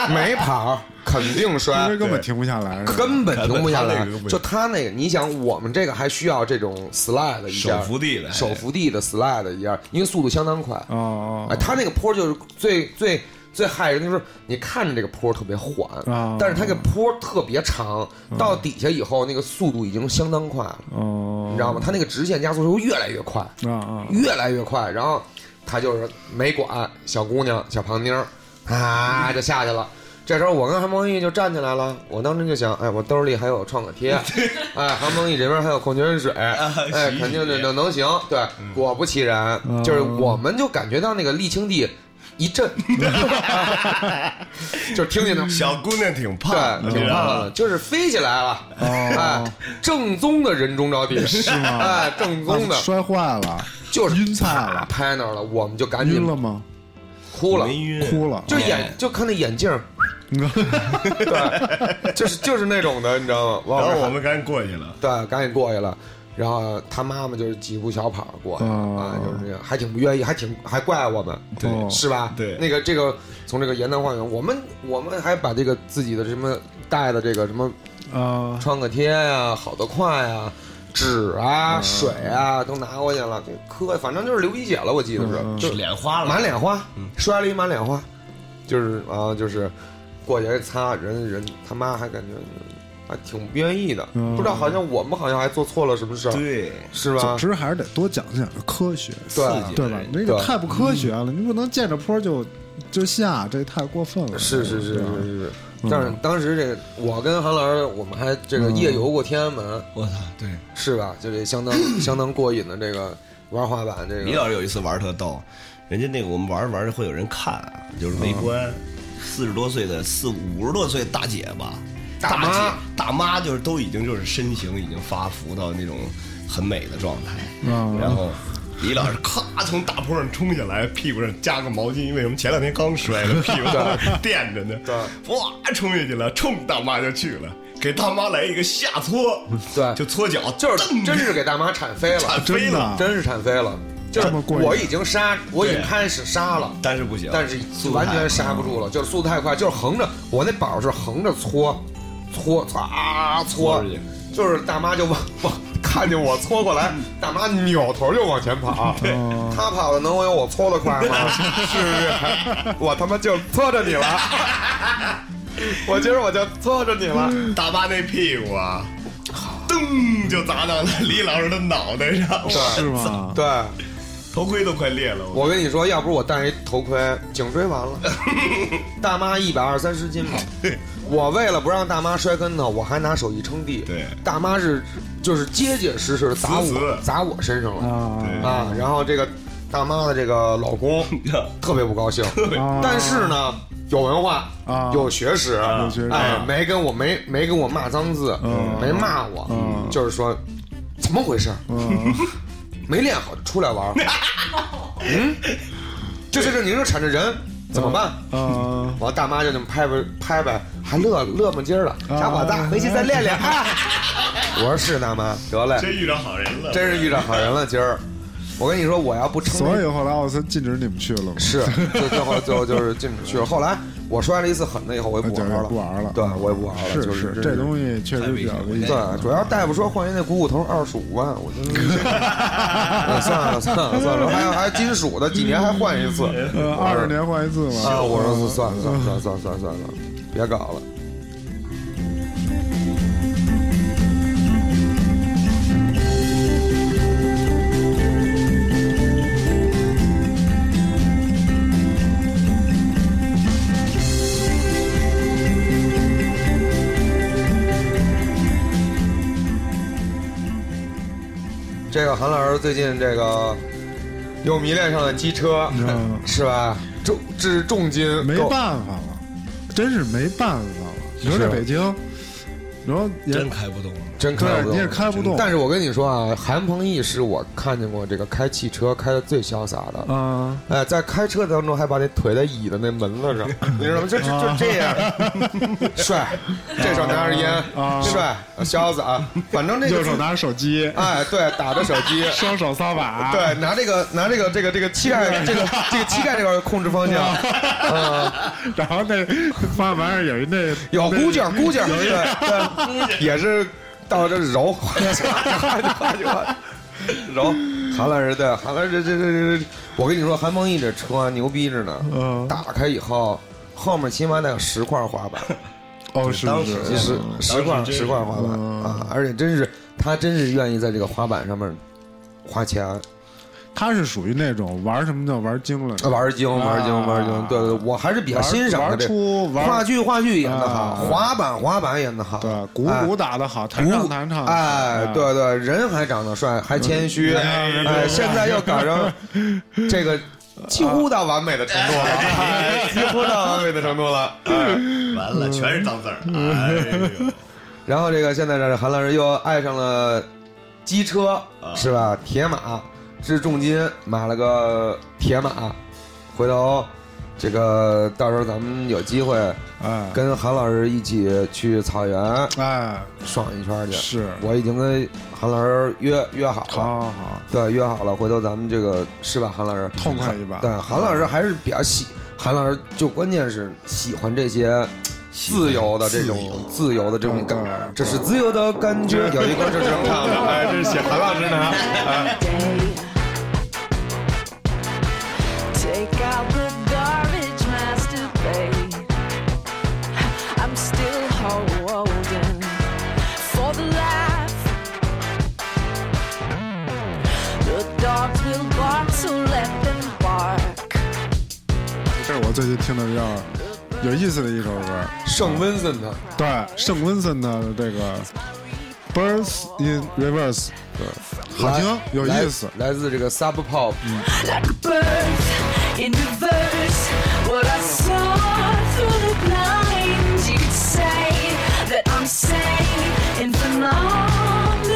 Speaker 3: 没跑肯定
Speaker 2: 因
Speaker 3: 摔
Speaker 2: 为。根本停不下来，是吧
Speaker 3: 根本停不下
Speaker 4: 他
Speaker 3: 来
Speaker 4: 那个不，行
Speaker 3: 就他那个，你想我们这个还需要这种 slide 一下
Speaker 4: 手扶地的，
Speaker 3: 手扶地的 slide 一下，因为速度相当快，
Speaker 2: 啊啊
Speaker 3: 哎，他那个坡就是最最最害人，就是你看着这个坡特别缓，
Speaker 2: 啊嗯
Speaker 3: 但是他这个坡特别长，到底下以后那个速度已经相当快了，
Speaker 2: 哦，
Speaker 3: 你知道吗？他那个直线加速是会越来越快，
Speaker 2: 啊啊
Speaker 3: 越来越快，然后他就是没管小姑娘小胖妞儿啊就下去了。这时候我跟韩梦毅就站起来了，我当时就想，哎，我兜里还有创可贴，哎，韩梦毅这边还有矿泉水，哎，
Speaker 4: 啊洗一洗嗯
Speaker 3: 肯定就能能行。对，果不其然，
Speaker 2: 嗯
Speaker 3: 就是我们就感觉到那个沥青地一 震，就是听见他
Speaker 4: 小姑娘挺胖，
Speaker 3: 对，挺
Speaker 4: 你知道
Speaker 3: 棒
Speaker 4: 吗
Speaker 3: 的，就是飞起来了，哎
Speaker 2: 哦，，
Speaker 3: 正宗的人中着地，是
Speaker 2: 吗
Speaker 3: 哎，正宗的
Speaker 2: 啊，摔坏 了，
Speaker 3: 就是
Speaker 2: 晕菜了
Speaker 3: 啊拍那儿了，我们就赶
Speaker 2: 晕
Speaker 3: 紧
Speaker 2: 了吗？
Speaker 3: 哭了，
Speaker 4: 啊没晕，
Speaker 2: 哭了，嗯
Speaker 3: 就眼就看那眼镜儿， 对，就是就是那种的，你知道吗？
Speaker 4: 然
Speaker 3: 往
Speaker 4: 后我们赶紧过去了，
Speaker 3: 对，赶紧过去了。然后他妈妈就是几步小跑过去、
Speaker 2: 哦
Speaker 3: 啊，就是这样，还挺不愿意，还挺还怪我们，
Speaker 4: 对
Speaker 2: 哦
Speaker 3: 是吧？
Speaker 4: 对
Speaker 3: 那个这个从这个盐南花园，我们我们还把这个自己的什么带的这个什么
Speaker 2: 啊
Speaker 3: 创可贴呀、好得快呀、纸啊、
Speaker 4: 嗯
Speaker 3: 水啊都拿过去了，给磕，反正就是流鼻血了，我记得是，
Speaker 2: 嗯嗯
Speaker 3: 就是
Speaker 4: 脸 花
Speaker 3: 满
Speaker 4: 了，
Speaker 3: 脸花
Speaker 4: 嗯，
Speaker 3: 摔了一满脸花，就是啊，就是过去哎擦人人他妈还感觉还挺不愿意的，
Speaker 2: 嗯
Speaker 3: 不知道好像我们好像还做错了什么事儿，
Speaker 4: 对，
Speaker 3: 是
Speaker 2: 总
Speaker 3: 吧？
Speaker 2: 之还是得多讲讲科学，
Speaker 3: 对
Speaker 4: 刺激哎
Speaker 2: 对吧？那个
Speaker 3: 对嗯
Speaker 2: 太不科学了，你不能见着坡就就下，这太过分了。
Speaker 3: 是是是
Speaker 2: 对吧
Speaker 3: 是是是
Speaker 2: 嗯，
Speaker 3: 但是当时这个我跟韩老师，我们还这个夜游过天安门，
Speaker 4: 我操，对，
Speaker 3: 是吧？就这相当相当过瘾的这个玩滑板这
Speaker 4: 李
Speaker 3: 个，
Speaker 4: 老师有一次玩儿特逗，人家那个我们玩着玩着会有人看啊，就是围
Speaker 3: 嗯
Speaker 4: 观，四十多岁的四五十多岁大姐吧，
Speaker 3: 大
Speaker 4: 大
Speaker 3: 妈
Speaker 4: 姐大妈就是都已经就是身形已经发福到那种很美的状态，
Speaker 2: 嗯
Speaker 4: 然后。李老师咔从大坡上冲下来，屁股上加个毛巾，因为什么？前两天刚摔了，屁股在那儿垫着呢。
Speaker 3: 对
Speaker 4: 哇，冲下去了，冲大妈就去了，给大妈来一个下搓，
Speaker 3: 对
Speaker 4: 就搓脚，
Speaker 3: 就是真是给大妈铲飞了，
Speaker 4: 飞
Speaker 2: 真的
Speaker 4: 了。
Speaker 2: 啊
Speaker 3: 真是铲飞了。就是
Speaker 2: 这么过瘾
Speaker 3: 我已经杀，我已经开始杀了，
Speaker 4: 但是不行，
Speaker 3: 但是
Speaker 4: 速度
Speaker 3: 完
Speaker 4: 太
Speaker 3: 全
Speaker 4: 慢
Speaker 3: 刹不住了，就是速度太快，就是横着，我那板儿是横着搓，搓搓啊搓
Speaker 4: 搓出去，
Speaker 3: 就是大妈就往往看见我搓过来，大妈扭头就往前跑，她跑的能有我搓的快 吗？是不是？我他妈就搓着你了， 我今儿我就搓着你了，
Speaker 4: 大巴那屁股啊，噔就砸到了李老师的脑袋上，
Speaker 2: 是吗？
Speaker 3: 对。
Speaker 4: 头盔都快裂了。我
Speaker 3: 我跟你说，要不是我戴一头盔，颈椎完 了。大妈一百二三十斤吧，我为了不让大妈摔跟头，我还拿手一撑地。
Speaker 4: 对
Speaker 3: 大妈是就是结结实实的打
Speaker 4: 死死
Speaker 3: 我，砸我身上了
Speaker 2: 啊
Speaker 4: 对
Speaker 3: 啊！然后这个大妈的这个老 公 特别不高兴，
Speaker 2: 啊
Speaker 3: 但是呢，有文化，
Speaker 2: 啊
Speaker 3: 有学识，
Speaker 2: 有学识
Speaker 3: 哎，没跟我没没跟我骂脏字，
Speaker 2: 嗯
Speaker 3: 没骂我，
Speaker 2: 嗯
Speaker 3: 就是说怎么回事？
Speaker 2: 嗯
Speaker 3: 没练好就出来 玩儿，嗯，这这这，你说铲着人
Speaker 2: 嗯
Speaker 3: 怎么办？
Speaker 2: 啊
Speaker 3: 完，大妈就这么拍拍拍拍，还乐乐么劲儿了，
Speaker 2: 啊
Speaker 3: 小伙子，回去再练 练。啊、我说是大妈，得嘞，
Speaker 7: 真遇着好人了，
Speaker 3: 真是遇着好人了，今儿。我跟你说，我要不撑
Speaker 2: 所以后来奥森禁止你们去了嘛。
Speaker 3: 是，就最后最后就是禁止去了。后来我摔了一次狠的以后，我也
Speaker 2: 呃
Speaker 3: 不
Speaker 2: 对
Speaker 3: 玩了，
Speaker 2: 不玩了
Speaker 3: 对，我也不玩了，
Speaker 2: 是，
Speaker 3: 就是真
Speaker 2: 这东西确实比较危险。
Speaker 3: 对，主要大夫说换一那股骨头二十五万，我就 我算了算了算了，还有还有金属的，几年还换一次，
Speaker 2: 呃， 二十年换一次嘛。
Speaker 3: 啊！我说算了算了算了算了算了，别搞了。这个韩老师最近这个又迷恋上了机车，
Speaker 2: 嗯
Speaker 3: 是吧？重这是重 金，
Speaker 2: 没
Speaker 3: 够
Speaker 2: 办法了，真是没办法了。你说
Speaker 3: 是啊
Speaker 2: 在北京，然后也
Speaker 4: 真开不动了。
Speaker 3: 真开
Speaker 2: 对，
Speaker 3: 不动。
Speaker 2: 你也开不动。
Speaker 3: 但是我跟你说啊，韩鹏毅是我看见过这个开汽车开的最潇洒的。
Speaker 2: 啊，
Speaker 3: 哎，在开车当中还把那腿在椅子那门 子上，你知道吗？就就就这样， 帅，这手拿着烟
Speaker 2: 啊，
Speaker 3: 帅，潇洒，啊反正这个
Speaker 2: 右手拿着手机，
Speaker 3: 哎，对，打着手 机，
Speaker 2: 双手撒把。
Speaker 3: 对，拿这个拿这个这个这个膝盖这个这个膝盖这块控制方向， 啊，
Speaker 2: 然后那方向盘上有一 那
Speaker 3: 有箍劲儿，箍劲儿，对对，也是到这揉， 揉。韩老师对，韩老师这这这这，我跟你说，韩梦毅这车牛逼着呢，
Speaker 2: 嗯
Speaker 3: 打开以后，后面起码得有十块滑 板，
Speaker 2: 哦，是
Speaker 4: 当
Speaker 2: 不是
Speaker 4: 时
Speaker 3: 其实十块
Speaker 7: 当时真是
Speaker 3: 十块滑板
Speaker 2: 嗯
Speaker 3: 啊，而且真是他真是愿意在这个滑板上面花钱，
Speaker 2: 他是属于那种玩什么叫玩精了，
Speaker 3: 呃玩儿精玩儿精玩儿精，对对，我还是比较
Speaker 2: 啊玩
Speaker 3: 欣赏他
Speaker 2: 玩
Speaker 3: 这
Speaker 2: 出玩
Speaker 3: 话剧话剧演的好，
Speaker 2: 啊
Speaker 3: 滑板滑板演的好，
Speaker 2: 对，鼓
Speaker 3: 哎
Speaker 2: 鼓打的好，弹
Speaker 3: 鼓
Speaker 2: 唱弹唱的
Speaker 3: 哎，
Speaker 2: 好，
Speaker 3: 对对，人还长得帅，还谦虚，
Speaker 7: 哎
Speaker 3: 哎，
Speaker 7: 对
Speaker 3: 现在又赶上这个几乎到完美的程度了，哎几乎到完美的程度了。哎
Speaker 7: 完了，全是脏字儿，
Speaker 3: 嗯
Speaker 7: 哎呦，
Speaker 3: 然后这个现在这韩老师又爱上了机车，是吧？铁马，掷重金买了个铁马，回头这个到时候咱们有机会
Speaker 2: 哎
Speaker 3: 跟韩老师一起去草原
Speaker 2: 哎，
Speaker 3: 爽一圈去。
Speaker 2: 是，哦
Speaker 3: 我已经跟韩老师约约好了。
Speaker 2: 好好
Speaker 3: 对，约好了，回头咱们这个是吧，韩老师
Speaker 2: 痛快一把
Speaker 3: 对，韩老师还是比较喜，韩老师就关键是喜欢这些自由的这种自由的这种感
Speaker 2: 嗯嗯嗯，
Speaker 3: 这是自由的感觉。有一个是这么唱的，哎，这是写韩老师呢。
Speaker 8: Take out the garbage, masturbate. I'm still holding for the life. The dogs will bark, so let them bark.
Speaker 2: 这是我最近听的比较有意思的一首歌，
Speaker 3: 圣温森的，
Speaker 2: 对，圣温森的这个《Birds in Reverse》，对， 好听
Speaker 3: 来，
Speaker 2: 有意思，嗯
Speaker 3: 来来自这个 Sub Pop，
Speaker 8: Like birds in reverse, what I saw through the blinds. You could say that I'm sane in phenomenal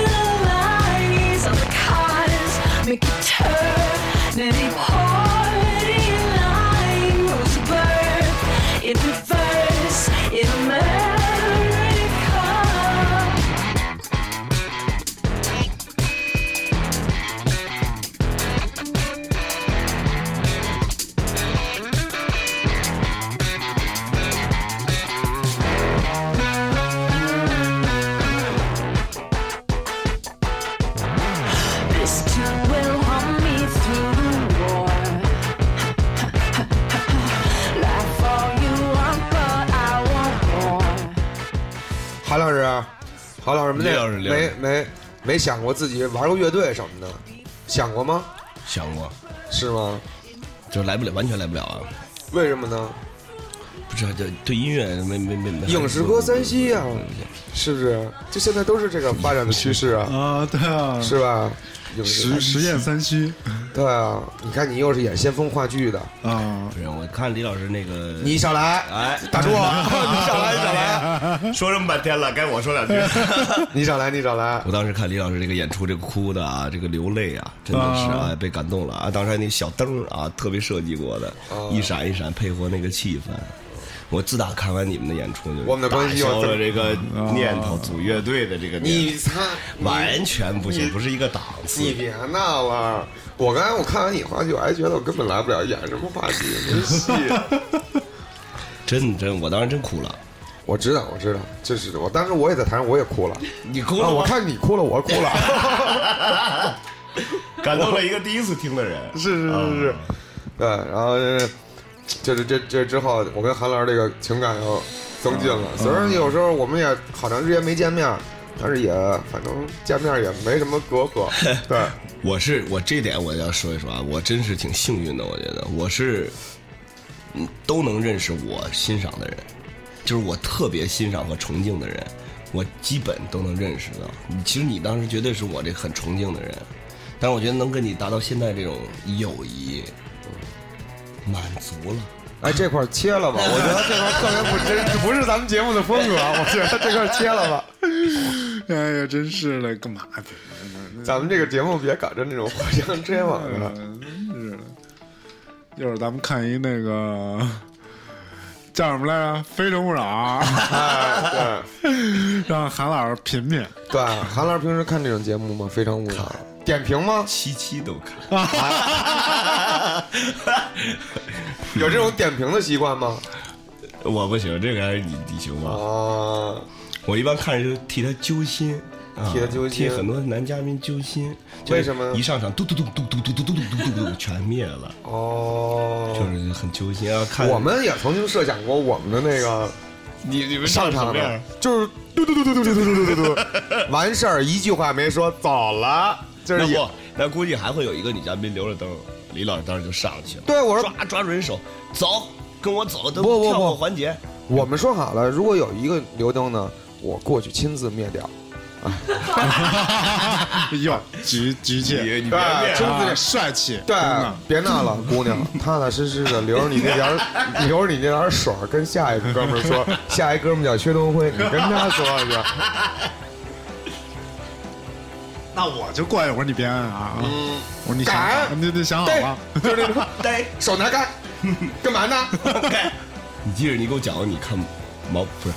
Speaker 8: lies. All the colors make you turn and a party line. Was a bird in reverse in America. This too will haunt me through the war. Life all you want, but I want more.
Speaker 3: 韩老师，啊韩老师没
Speaker 4: 李老师李老
Speaker 3: 没
Speaker 4: 师
Speaker 3: 没没想过自己玩过乐队什么的，想过吗？
Speaker 4: 想过，
Speaker 3: 是吗？
Speaker 4: 就来不了，完全来不了啊！
Speaker 3: 为什么呢？
Speaker 4: 不不知道，就对音乐没没没没
Speaker 3: 影视歌三栖呀、是不是？就现在都是这个发展的趋势啊，
Speaker 2: 啊，对啊，
Speaker 3: 是吧？影视
Speaker 2: 实实验三虚
Speaker 3: 对啊，你看你又是演先锋话剧的，
Speaker 2: 啊
Speaker 4: 不，是，我看李老师那个，
Speaker 3: 你少来，
Speaker 4: 哎，
Speaker 3: 打住我！ 你少来，你少来，
Speaker 7: 来，说这么半天了，该我说两句。
Speaker 3: 你少来，你少来
Speaker 4: 我！当时看李老师这个演出，这个哭的啊，这个流泪啊，真的是啊，被感动了啊。当时还有那小灯儿啊，特别设计过的，
Speaker 3: 啊
Speaker 4: 一闪一闪配合那个气氛。我自打看完你们的演出，就
Speaker 3: 我们的关
Speaker 4: 打
Speaker 3: 系又
Speaker 4: 消了
Speaker 3: 增
Speaker 4: 这个念头，组乐队的这个念
Speaker 3: 哦你
Speaker 4: 头，
Speaker 3: 擦，
Speaker 4: 完全不
Speaker 3: 你
Speaker 4: 行，不是一个档
Speaker 3: 你
Speaker 4: 次。
Speaker 3: 别闹了！我刚才我看完你话剧，我还觉得我根本来不了演什么话剧，没戏。
Speaker 4: 真真，我当时真哭了。
Speaker 3: 我知道，我知道，就是我当时我也在台上，我也哭了。
Speaker 4: 你哭
Speaker 3: 啊，
Speaker 4: 了吗
Speaker 3: 我看你哭了，我哭了。
Speaker 7: 感动了一个第一次听的人，
Speaker 3: 是是是是，嗯对，然后就是就是这这之后，我跟韩老师这个情感又增进了。虽然有时候我们也好长时间没见面，但是也反正见面也没什么隔 阂。对，
Speaker 4: 我是我这点我要说一说啊，我真是挺幸运的，我觉得我是，嗯，都能认识我欣赏的人，就是我特别欣赏和崇敬的人，我基本都能认识到。你其实你当时绝对是我这很崇敬的人，但是我觉得能跟你达到现在这种友谊，嗯满足了。
Speaker 3: 哎，这块儿切了 吧，我觉得这块儿特别不真，不是咱们节目的风格。我觉得这块儿切了吧，
Speaker 2: 哎呀，真是的，干嘛去？
Speaker 3: 咱们这个节目别搞成那种互相追网了。
Speaker 2: 是的，一会儿咱们看一那个 叫什么来着，《非诚勿扰》，
Speaker 3: 哎，
Speaker 2: 让韩老师品品。
Speaker 3: 对对，韩老师平时看这种节目吗？非常无聊。点评吗？
Speaker 4: 七七都看，
Speaker 3: 有这种点评的习惯吗？
Speaker 4: 我不行，这个还是你你行吧？
Speaker 3: 啊，
Speaker 4: 我一般看着就替他揪心，啊
Speaker 3: 替他揪心
Speaker 4: 替很多男嘉宾揪心。
Speaker 3: 为什么呢
Speaker 4: 就是一上场，嘟嘟嘟嘟嘟嘟嘟嘟嘟嘟嘟嘟，全灭了，
Speaker 3: 哦，
Speaker 4: 就是很揪心啊。看
Speaker 3: 我们也曾经设想过我们的那个，你你们上场
Speaker 7: 什么样
Speaker 3: 的，就是嘟嘟嘟嘟嘟嘟嘟嘟嘟嘟，完事儿一句话没说，走了，就
Speaker 4: 那
Speaker 3: 是也
Speaker 4: 不，那估计还会有一个女嘉宾留着灯，李老师当时就上去了，
Speaker 3: 对我说，
Speaker 4: 抓抓住人手，走，跟我走，等
Speaker 3: 不不
Speaker 4: 跳过
Speaker 3: 不
Speaker 4: 环节。
Speaker 3: 我们说好了，如果有一个刘灯呢，我过去亲自灭掉，
Speaker 2: 哟，局局气，
Speaker 7: 你别变
Speaker 3: 对，亲自
Speaker 2: 啊，
Speaker 3: 灭。
Speaker 2: 帅气，
Speaker 3: 对
Speaker 2: 真的，
Speaker 3: 别闹了，姑娘，踏踏实实的留着你那点儿，留着你那点儿水儿，跟下一个哥们儿说，下一哥们儿叫薛东辉，你跟他说一下。
Speaker 2: 那我就过去，我说你别按啊，我说你想
Speaker 3: 敢
Speaker 2: 好你得哦想好
Speaker 3: 对
Speaker 2: 了，，
Speaker 3: 就是那种
Speaker 4: 对，
Speaker 3: 手拿干，干嘛呢？
Speaker 4: 你记着，你给我讲过，你看毛不是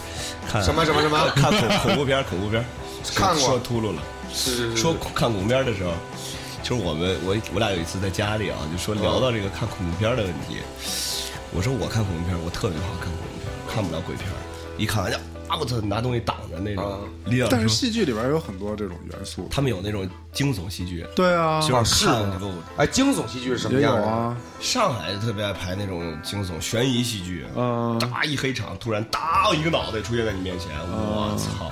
Speaker 4: 看
Speaker 3: 什么什么什么
Speaker 4: 啊看看恐恐怖片儿，恐怖片儿，
Speaker 3: 看过
Speaker 4: 说秃噜了。
Speaker 3: 是是
Speaker 4: 说看恐怖片的时候，就是我们我我俩有一次在家里啊，就
Speaker 3: 嗯
Speaker 4: 说聊到这个看恐怖片的问题。我说我看恐怖片，我特别怕看恐怖片，看不了鬼片儿。一看完就啊，我操，拿东西挡着那
Speaker 3: 啊
Speaker 4: 种。李老
Speaker 2: 但
Speaker 4: 师
Speaker 2: 是
Speaker 4: 说
Speaker 2: 戏剧里边有很多这种元素，
Speaker 4: 他们有那种惊悚戏剧，
Speaker 2: 对啊，
Speaker 4: 就是看就给我。
Speaker 3: 哦哎，惊悚戏剧是什么
Speaker 2: 也有
Speaker 3: 样的？
Speaker 2: 啊，
Speaker 4: 上海特别爱拍那种惊悚悬疑戏剧，
Speaker 2: 嗯
Speaker 4: 哒一黑场，突然哒一个脑袋出现在你面前，我操，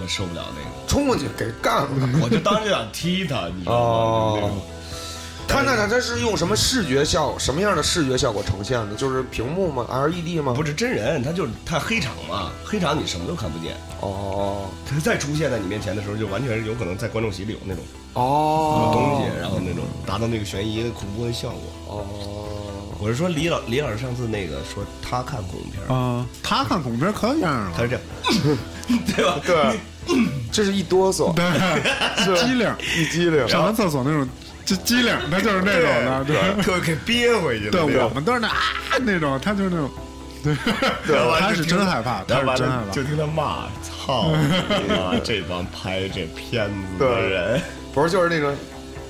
Speaker 4: 我受不了那个。
Speaker 3: 冲过去给干了。
Speaker 4: 我就当时就想踢他，你知道吗？
Speaker 3: 哦
Speaker 4: 就那种
Speaker 3: 他那他这是用什么视觉效，什么样的视觉效果呈现的？就是屏幕吗？LED 吗？
Speaker 4: 不
Speaker 3: 是
Speaker 4: 是真人，他就是他黑场嘛，黑场你什么都看不见，
Speaker 3: 哦
Speaker 4: 他再出现在你面前的时候，就完全是有可能在观众席里有那种
Speaker 3: 哦
Speaker 4: 东西，然后那种达到那个悬疑恐怖的效果。
Speaker 3: 哦，
Speaker 4: 我是说李老李老师上次那个说他看恐怖片儿，
Speaker 2: 啊，他看恐怖片可有样
Speaker 4: 他
Speaker 2: 了，
Speaker 4: 是这样，对吧？
Speaker 3: 对，这是一哆嗦，
Speaker 2: 对， 机灵，
Speaker 3: 一激灵。
Speaker 2: 上完厕所那种机机灵，他就是那种的，对。
Speaker 7: 给我给憋回去了。
Speaker 2: 对，
Speaker 7: 那
Speaker 2: 我
Speaker 7: 种
Speaker 2: 们都是那啊那种，他就是那种，对，
Speaker 7: 然后完了
Speaker 2: 他是
Speaker 7: 就听
Speaker 2: 真害怕，他
Speaker 7: 然后
Speaker 2: 是
Speaker 7: 完
Speaker 2: 真害
Speaker 7: 了
Speaker 2: 怕
Speaker 7: 就。听他骂：“操 你妈！这帮拍这片子的
Speaker 3: 对
Speaker 7: 人，
Speaker 3: 不是就是那种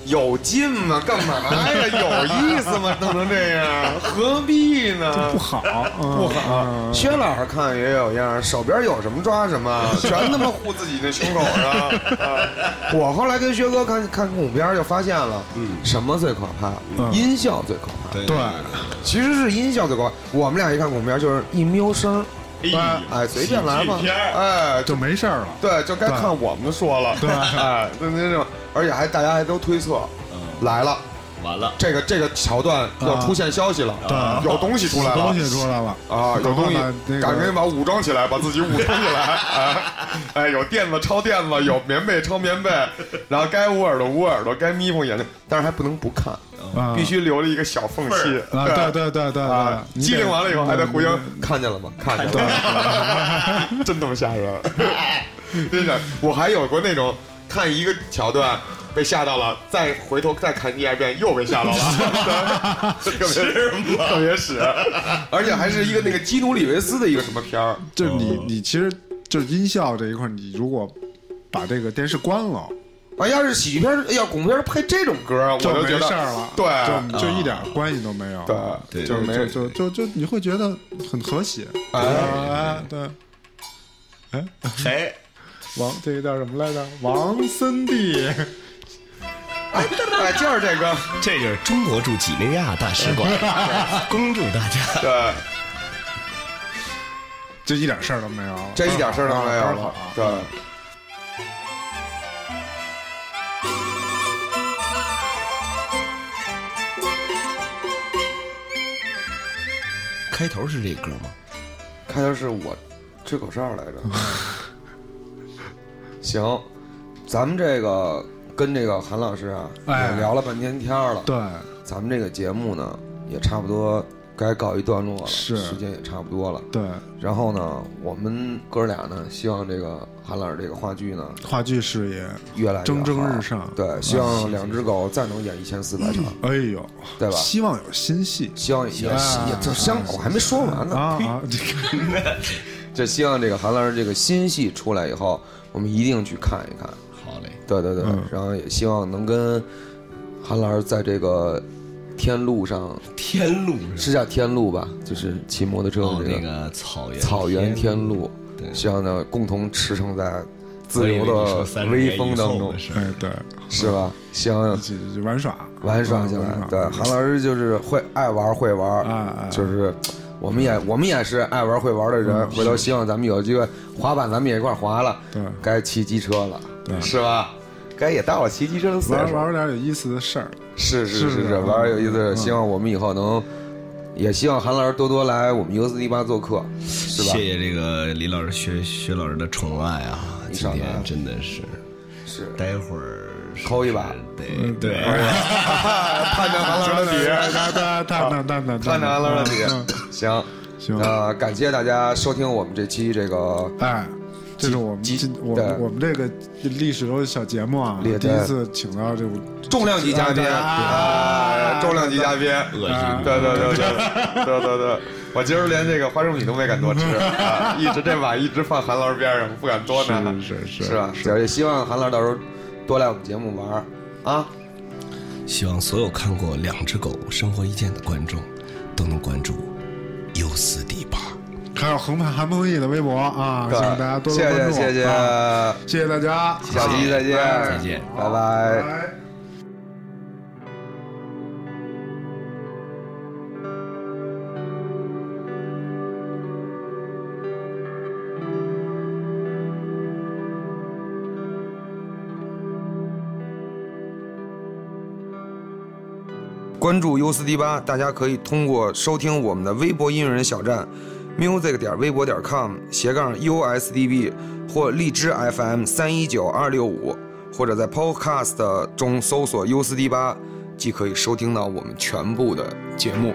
Speaker 3: 有劲吗？干嘛哎呀？有意思吗？弄成这样，何必呢？
Speaker 2: 不好，嗯不
Speaker 3: 不好，薛老师看也有样儿，手边有什么抓什么，全他妈护自己那胸口上。啊我后来跟薛哥看看恐怖片儿就发现了，什么最可怕？
Speaker 2: 嗯
Speaker 3: 音效最可怕。
Speaker 4: 对
Speaker 2: 对，
Speaker 3: 其实是音效最可怕。我们俩一看恐怖片儿就是一喵声儿，
Speaker 7: 哎呦
Speaker 3: 哎，随便来吧
Speaker 7: 喜剧片，儿
Speaker 3: 哎，
Speaker 2: 就没事儿了。
Speaker 3: 对，就该看我们说了，对，哎，就那种，而且还大家还都推测，来了，
Speaker 7: 完了，
Speaker 3: 这个这个桥段要出现消息了，
Speaker 2: 啊
Speaker 3: 有东西出来了，
Speaker 2: 东西出来了
Speaker 3: 啊，有东
Speaker 2: 赶快
Speaker 3: 西
Speaker 2: 把那，个
Speaker 3: 赶紧把武装起来，把自己武装起 来，哎，哎，有垫子抄垫子，有棉被抄棉被，然后该捂耳朵捂耳朵，该眯缝眼睛，但是还不能不看，
Speaker 2: 啊
Speaker 3: 必须留了一个小缝隙，
Speaker 2: 啊，对对对对
Speaker 3: 啊，
Speaker 2: 对，嗯
Speaker 3: 机灵完了以后还得
Speaker 2: 回
Speaker 3: 互相看见了吗？看见了， 真他妈吓人！啊真的，我还有过那种看一个桥段被吓到了，再回头再看第二遍又被吓到了，特别特别屎，而且还是一个那个基努里维斯的一个什么片儿，
Speaker 2: 就是你你其实就是音效这一块，你如果把这个电视关了，
Speaker 3: 啊，要是喜剧片儿，要恐怖片儿配这种歌儿，我
Speaker 2: 就
Speaker 3: 都
Speaker 2: 没
Speaker 3: 觉得
Speaker 2: 事儿了，
Speaker 3: 对啊
Speaker 2: 就就一点关系都没有，
Speaker 3: 对
Speaker 4: 对
Speaker 2: 就
Speaker 3: 就没
Speaker 2: 就就就就你会觉得很和谐，
Speaker 3: 哎
Speaker 2: 哎，对，
Speaker 4: 谁？
Speaker 2: 王这个叫什么来着？王森弟，
Speaker 3: 哎，就是这歌，
Speaker 4: 这就是中国驻几内亚 大使馆，恭祝大家。
Speaker 3: 对。
Speaker 2: 就一点事儿都没有了，
Speaker 3: 这一点事儿都没有
Speaker 2: 倍儿好啊
Speaker 3: 了。对。
Speaker 4: 开头是这歌吗？
Speaker 3: 开头是我吹口哨来着。
Speaker 4: 嗯
Speaker 3: 行，咱们这个跟这个韩老师啊，
Speaker 2: 哎
Speaker 3: 也聊了半天天儿了。
Speaker 2: 对，
Speaker 3: 咱们这个节目呢，也差不多该告一段落了，
Speaker 2: 是
Speaker 3: 时间也差不多了。
Speaker 2: 对，
Speaker 3: 然后呢，我们哥俩呢，希望这个韩老师这个话剧呢，
Speaker 2: 话剧事业，
Speaker 3: 越来越好
Speaker 2: 蒸蒸日上
Speaker 3: 对，希
Speaker 4: 啊
Speaker 3: 望两只狗再能演一千四百场，
Speaker 2: 哎呦，
Speaker 3: 对吧
Speaker 2: 希望有新戏
Speaker 3: 希望也也
Speaker 2: 啊
Speaker 3: 也就香，我还没说完呢
Speaker 2: 啊。啊，这个
Speaker 3: 这希望这个韩老师这个新戏出来以后，我们一定去看一看。
Speaker 4: 好嘞，
Speaker 3: 对对对，
Speaker 2: 嗯
Speaker 3: 然后也希望能跟韩老师在这个天路上，
Speaker 4: 天路上
Speaker 3: 是叫天路吧？就是骑摩托车
Speaker 4: 哦
Speaker 3: 的这
Speaker 4: 那
Speaker 3: 个
Speaker 4: 个草原
Speaker 3: 草原天路，
Speaker 4: 对
Speaker 3: 希望呢共同驰骋在
Speaker 4: 我
Speaker 3: 自
Speaker 4: 以为
Speaker 3: 由
Speaker 4: 你说
Speaker 3: 的
Speaker 4: 30
Speaker 3: 微
Speaker 4: 年以
Speaker 3: 风当
Speaker 4: 后
Speaker 3: 中
Speaker 4: 的，事儿
Speaker 2: 哎对，
Speaker 3: 是吧？希望
Speaker 2: 一起去玩耍
Speaker 3: 玩耍起
Speaker 2: 嗯
Speaker 3: 来
Speaker 2: 玩。
Speaker 3: 对，韩老师就是会爱玩会
Speaker 2: 哎哎
Speaker 3: 玩，就是我们也我们也是爱玩会玩的人。
Speaker 2: 嗯
Speaker 3: 回头希望咱们有机会滑板，咱们也一块儿滑了。
Speaker 2: 对
Speaker 3: 该骑机车了，
Speaker 2: 对
Speaker 3: 是吧？该也到了骑机车的
Speaker 2: 嗯
Speaker 3: 岁
Speaker 2: 玩
Speaker 3: 数。
Speaker 2: 玩点有意思的事儿，
Speaker 3: 是是
Speaker 2: 是
Speaker 3: 是是，
Speaker 2: 的
Speaker 3: 玩儿有意思。
Speaker 2: 嗯
Speaker 3: 希望我们以后能，也希望韩老师多多来我们尤斯迪吧做客，是吧
Speaker 4: 谢？谢这个李老师、薛薛老师的宠爱啊！
Speaker 3: 你
Speaker 4: 今
Speaker 3: 上来啊
Speaker 4: 天真的是，
Speaker 3: 是
Speaker 4: 待会儿是
Speaker 3: 抠一把，嗯
Speaker 4: 对对，
Speaker 3: 探探韩老师的底，
Speaker 2: 探探探探探
Speaker 3: 探探韩老师的
Speaker 2: 嗯
Speaker 3: 底。行
Speaker 2: 行
Speaker 3: 那感谢大家收听我们这期这个
Speaker 2: 哎，这是我们
Speaker 3: 几
Speaker 2: 今我
Speaker 3: 对
Speaker 2: 们我们这个历史的小节目啊，
Speaker 3: 列
Speaker 2: 第
Speaker 3: 队
Speaker 2: 一次请到这个
Speaker 3: 重量级嘉宾，
Speaker 2: 啊
Speaker 3: 哎重量级嘉宾，
Speaker 4: 恶心
Speaker 3: 对对对对对对对，我今儿连这个花生米都没敢多吃，啊一直这碗一直放韩老师边上，不敢多拿，
Speaker 2: 是是
Speaker 3: 是吧？也希望韩老师到时候多来我们节目玩儿啊。
Speaker 4: 希望所有看过《两只狗生活意见》的观众都能关注优斯迪吧。
Speaker 2: 还有横盘韩鹏毅的微博啊，希
Speaker 3: 对
Speaker 2: 望大家多多
Speaker 3: 谢
Speaker 2: 关注，
Speaker 3: 谢谢谢，
Speaker 2: 啊谢谢大家，
Speaker 3: 下期再见，
Speaker 4: 再见
Speaker 3: 拜拜。
Speaker 2: 拜。
Speaker 3: 关注 U 四 D 八，大家可以通过收听我们的微博音乐人小站，music 点微博点 com 斜杠 USDB 或荔枝 FM 三一九二六五，或者在 Podcast 中搜索 U 四 D 八，即可以收听到我们全部的节目。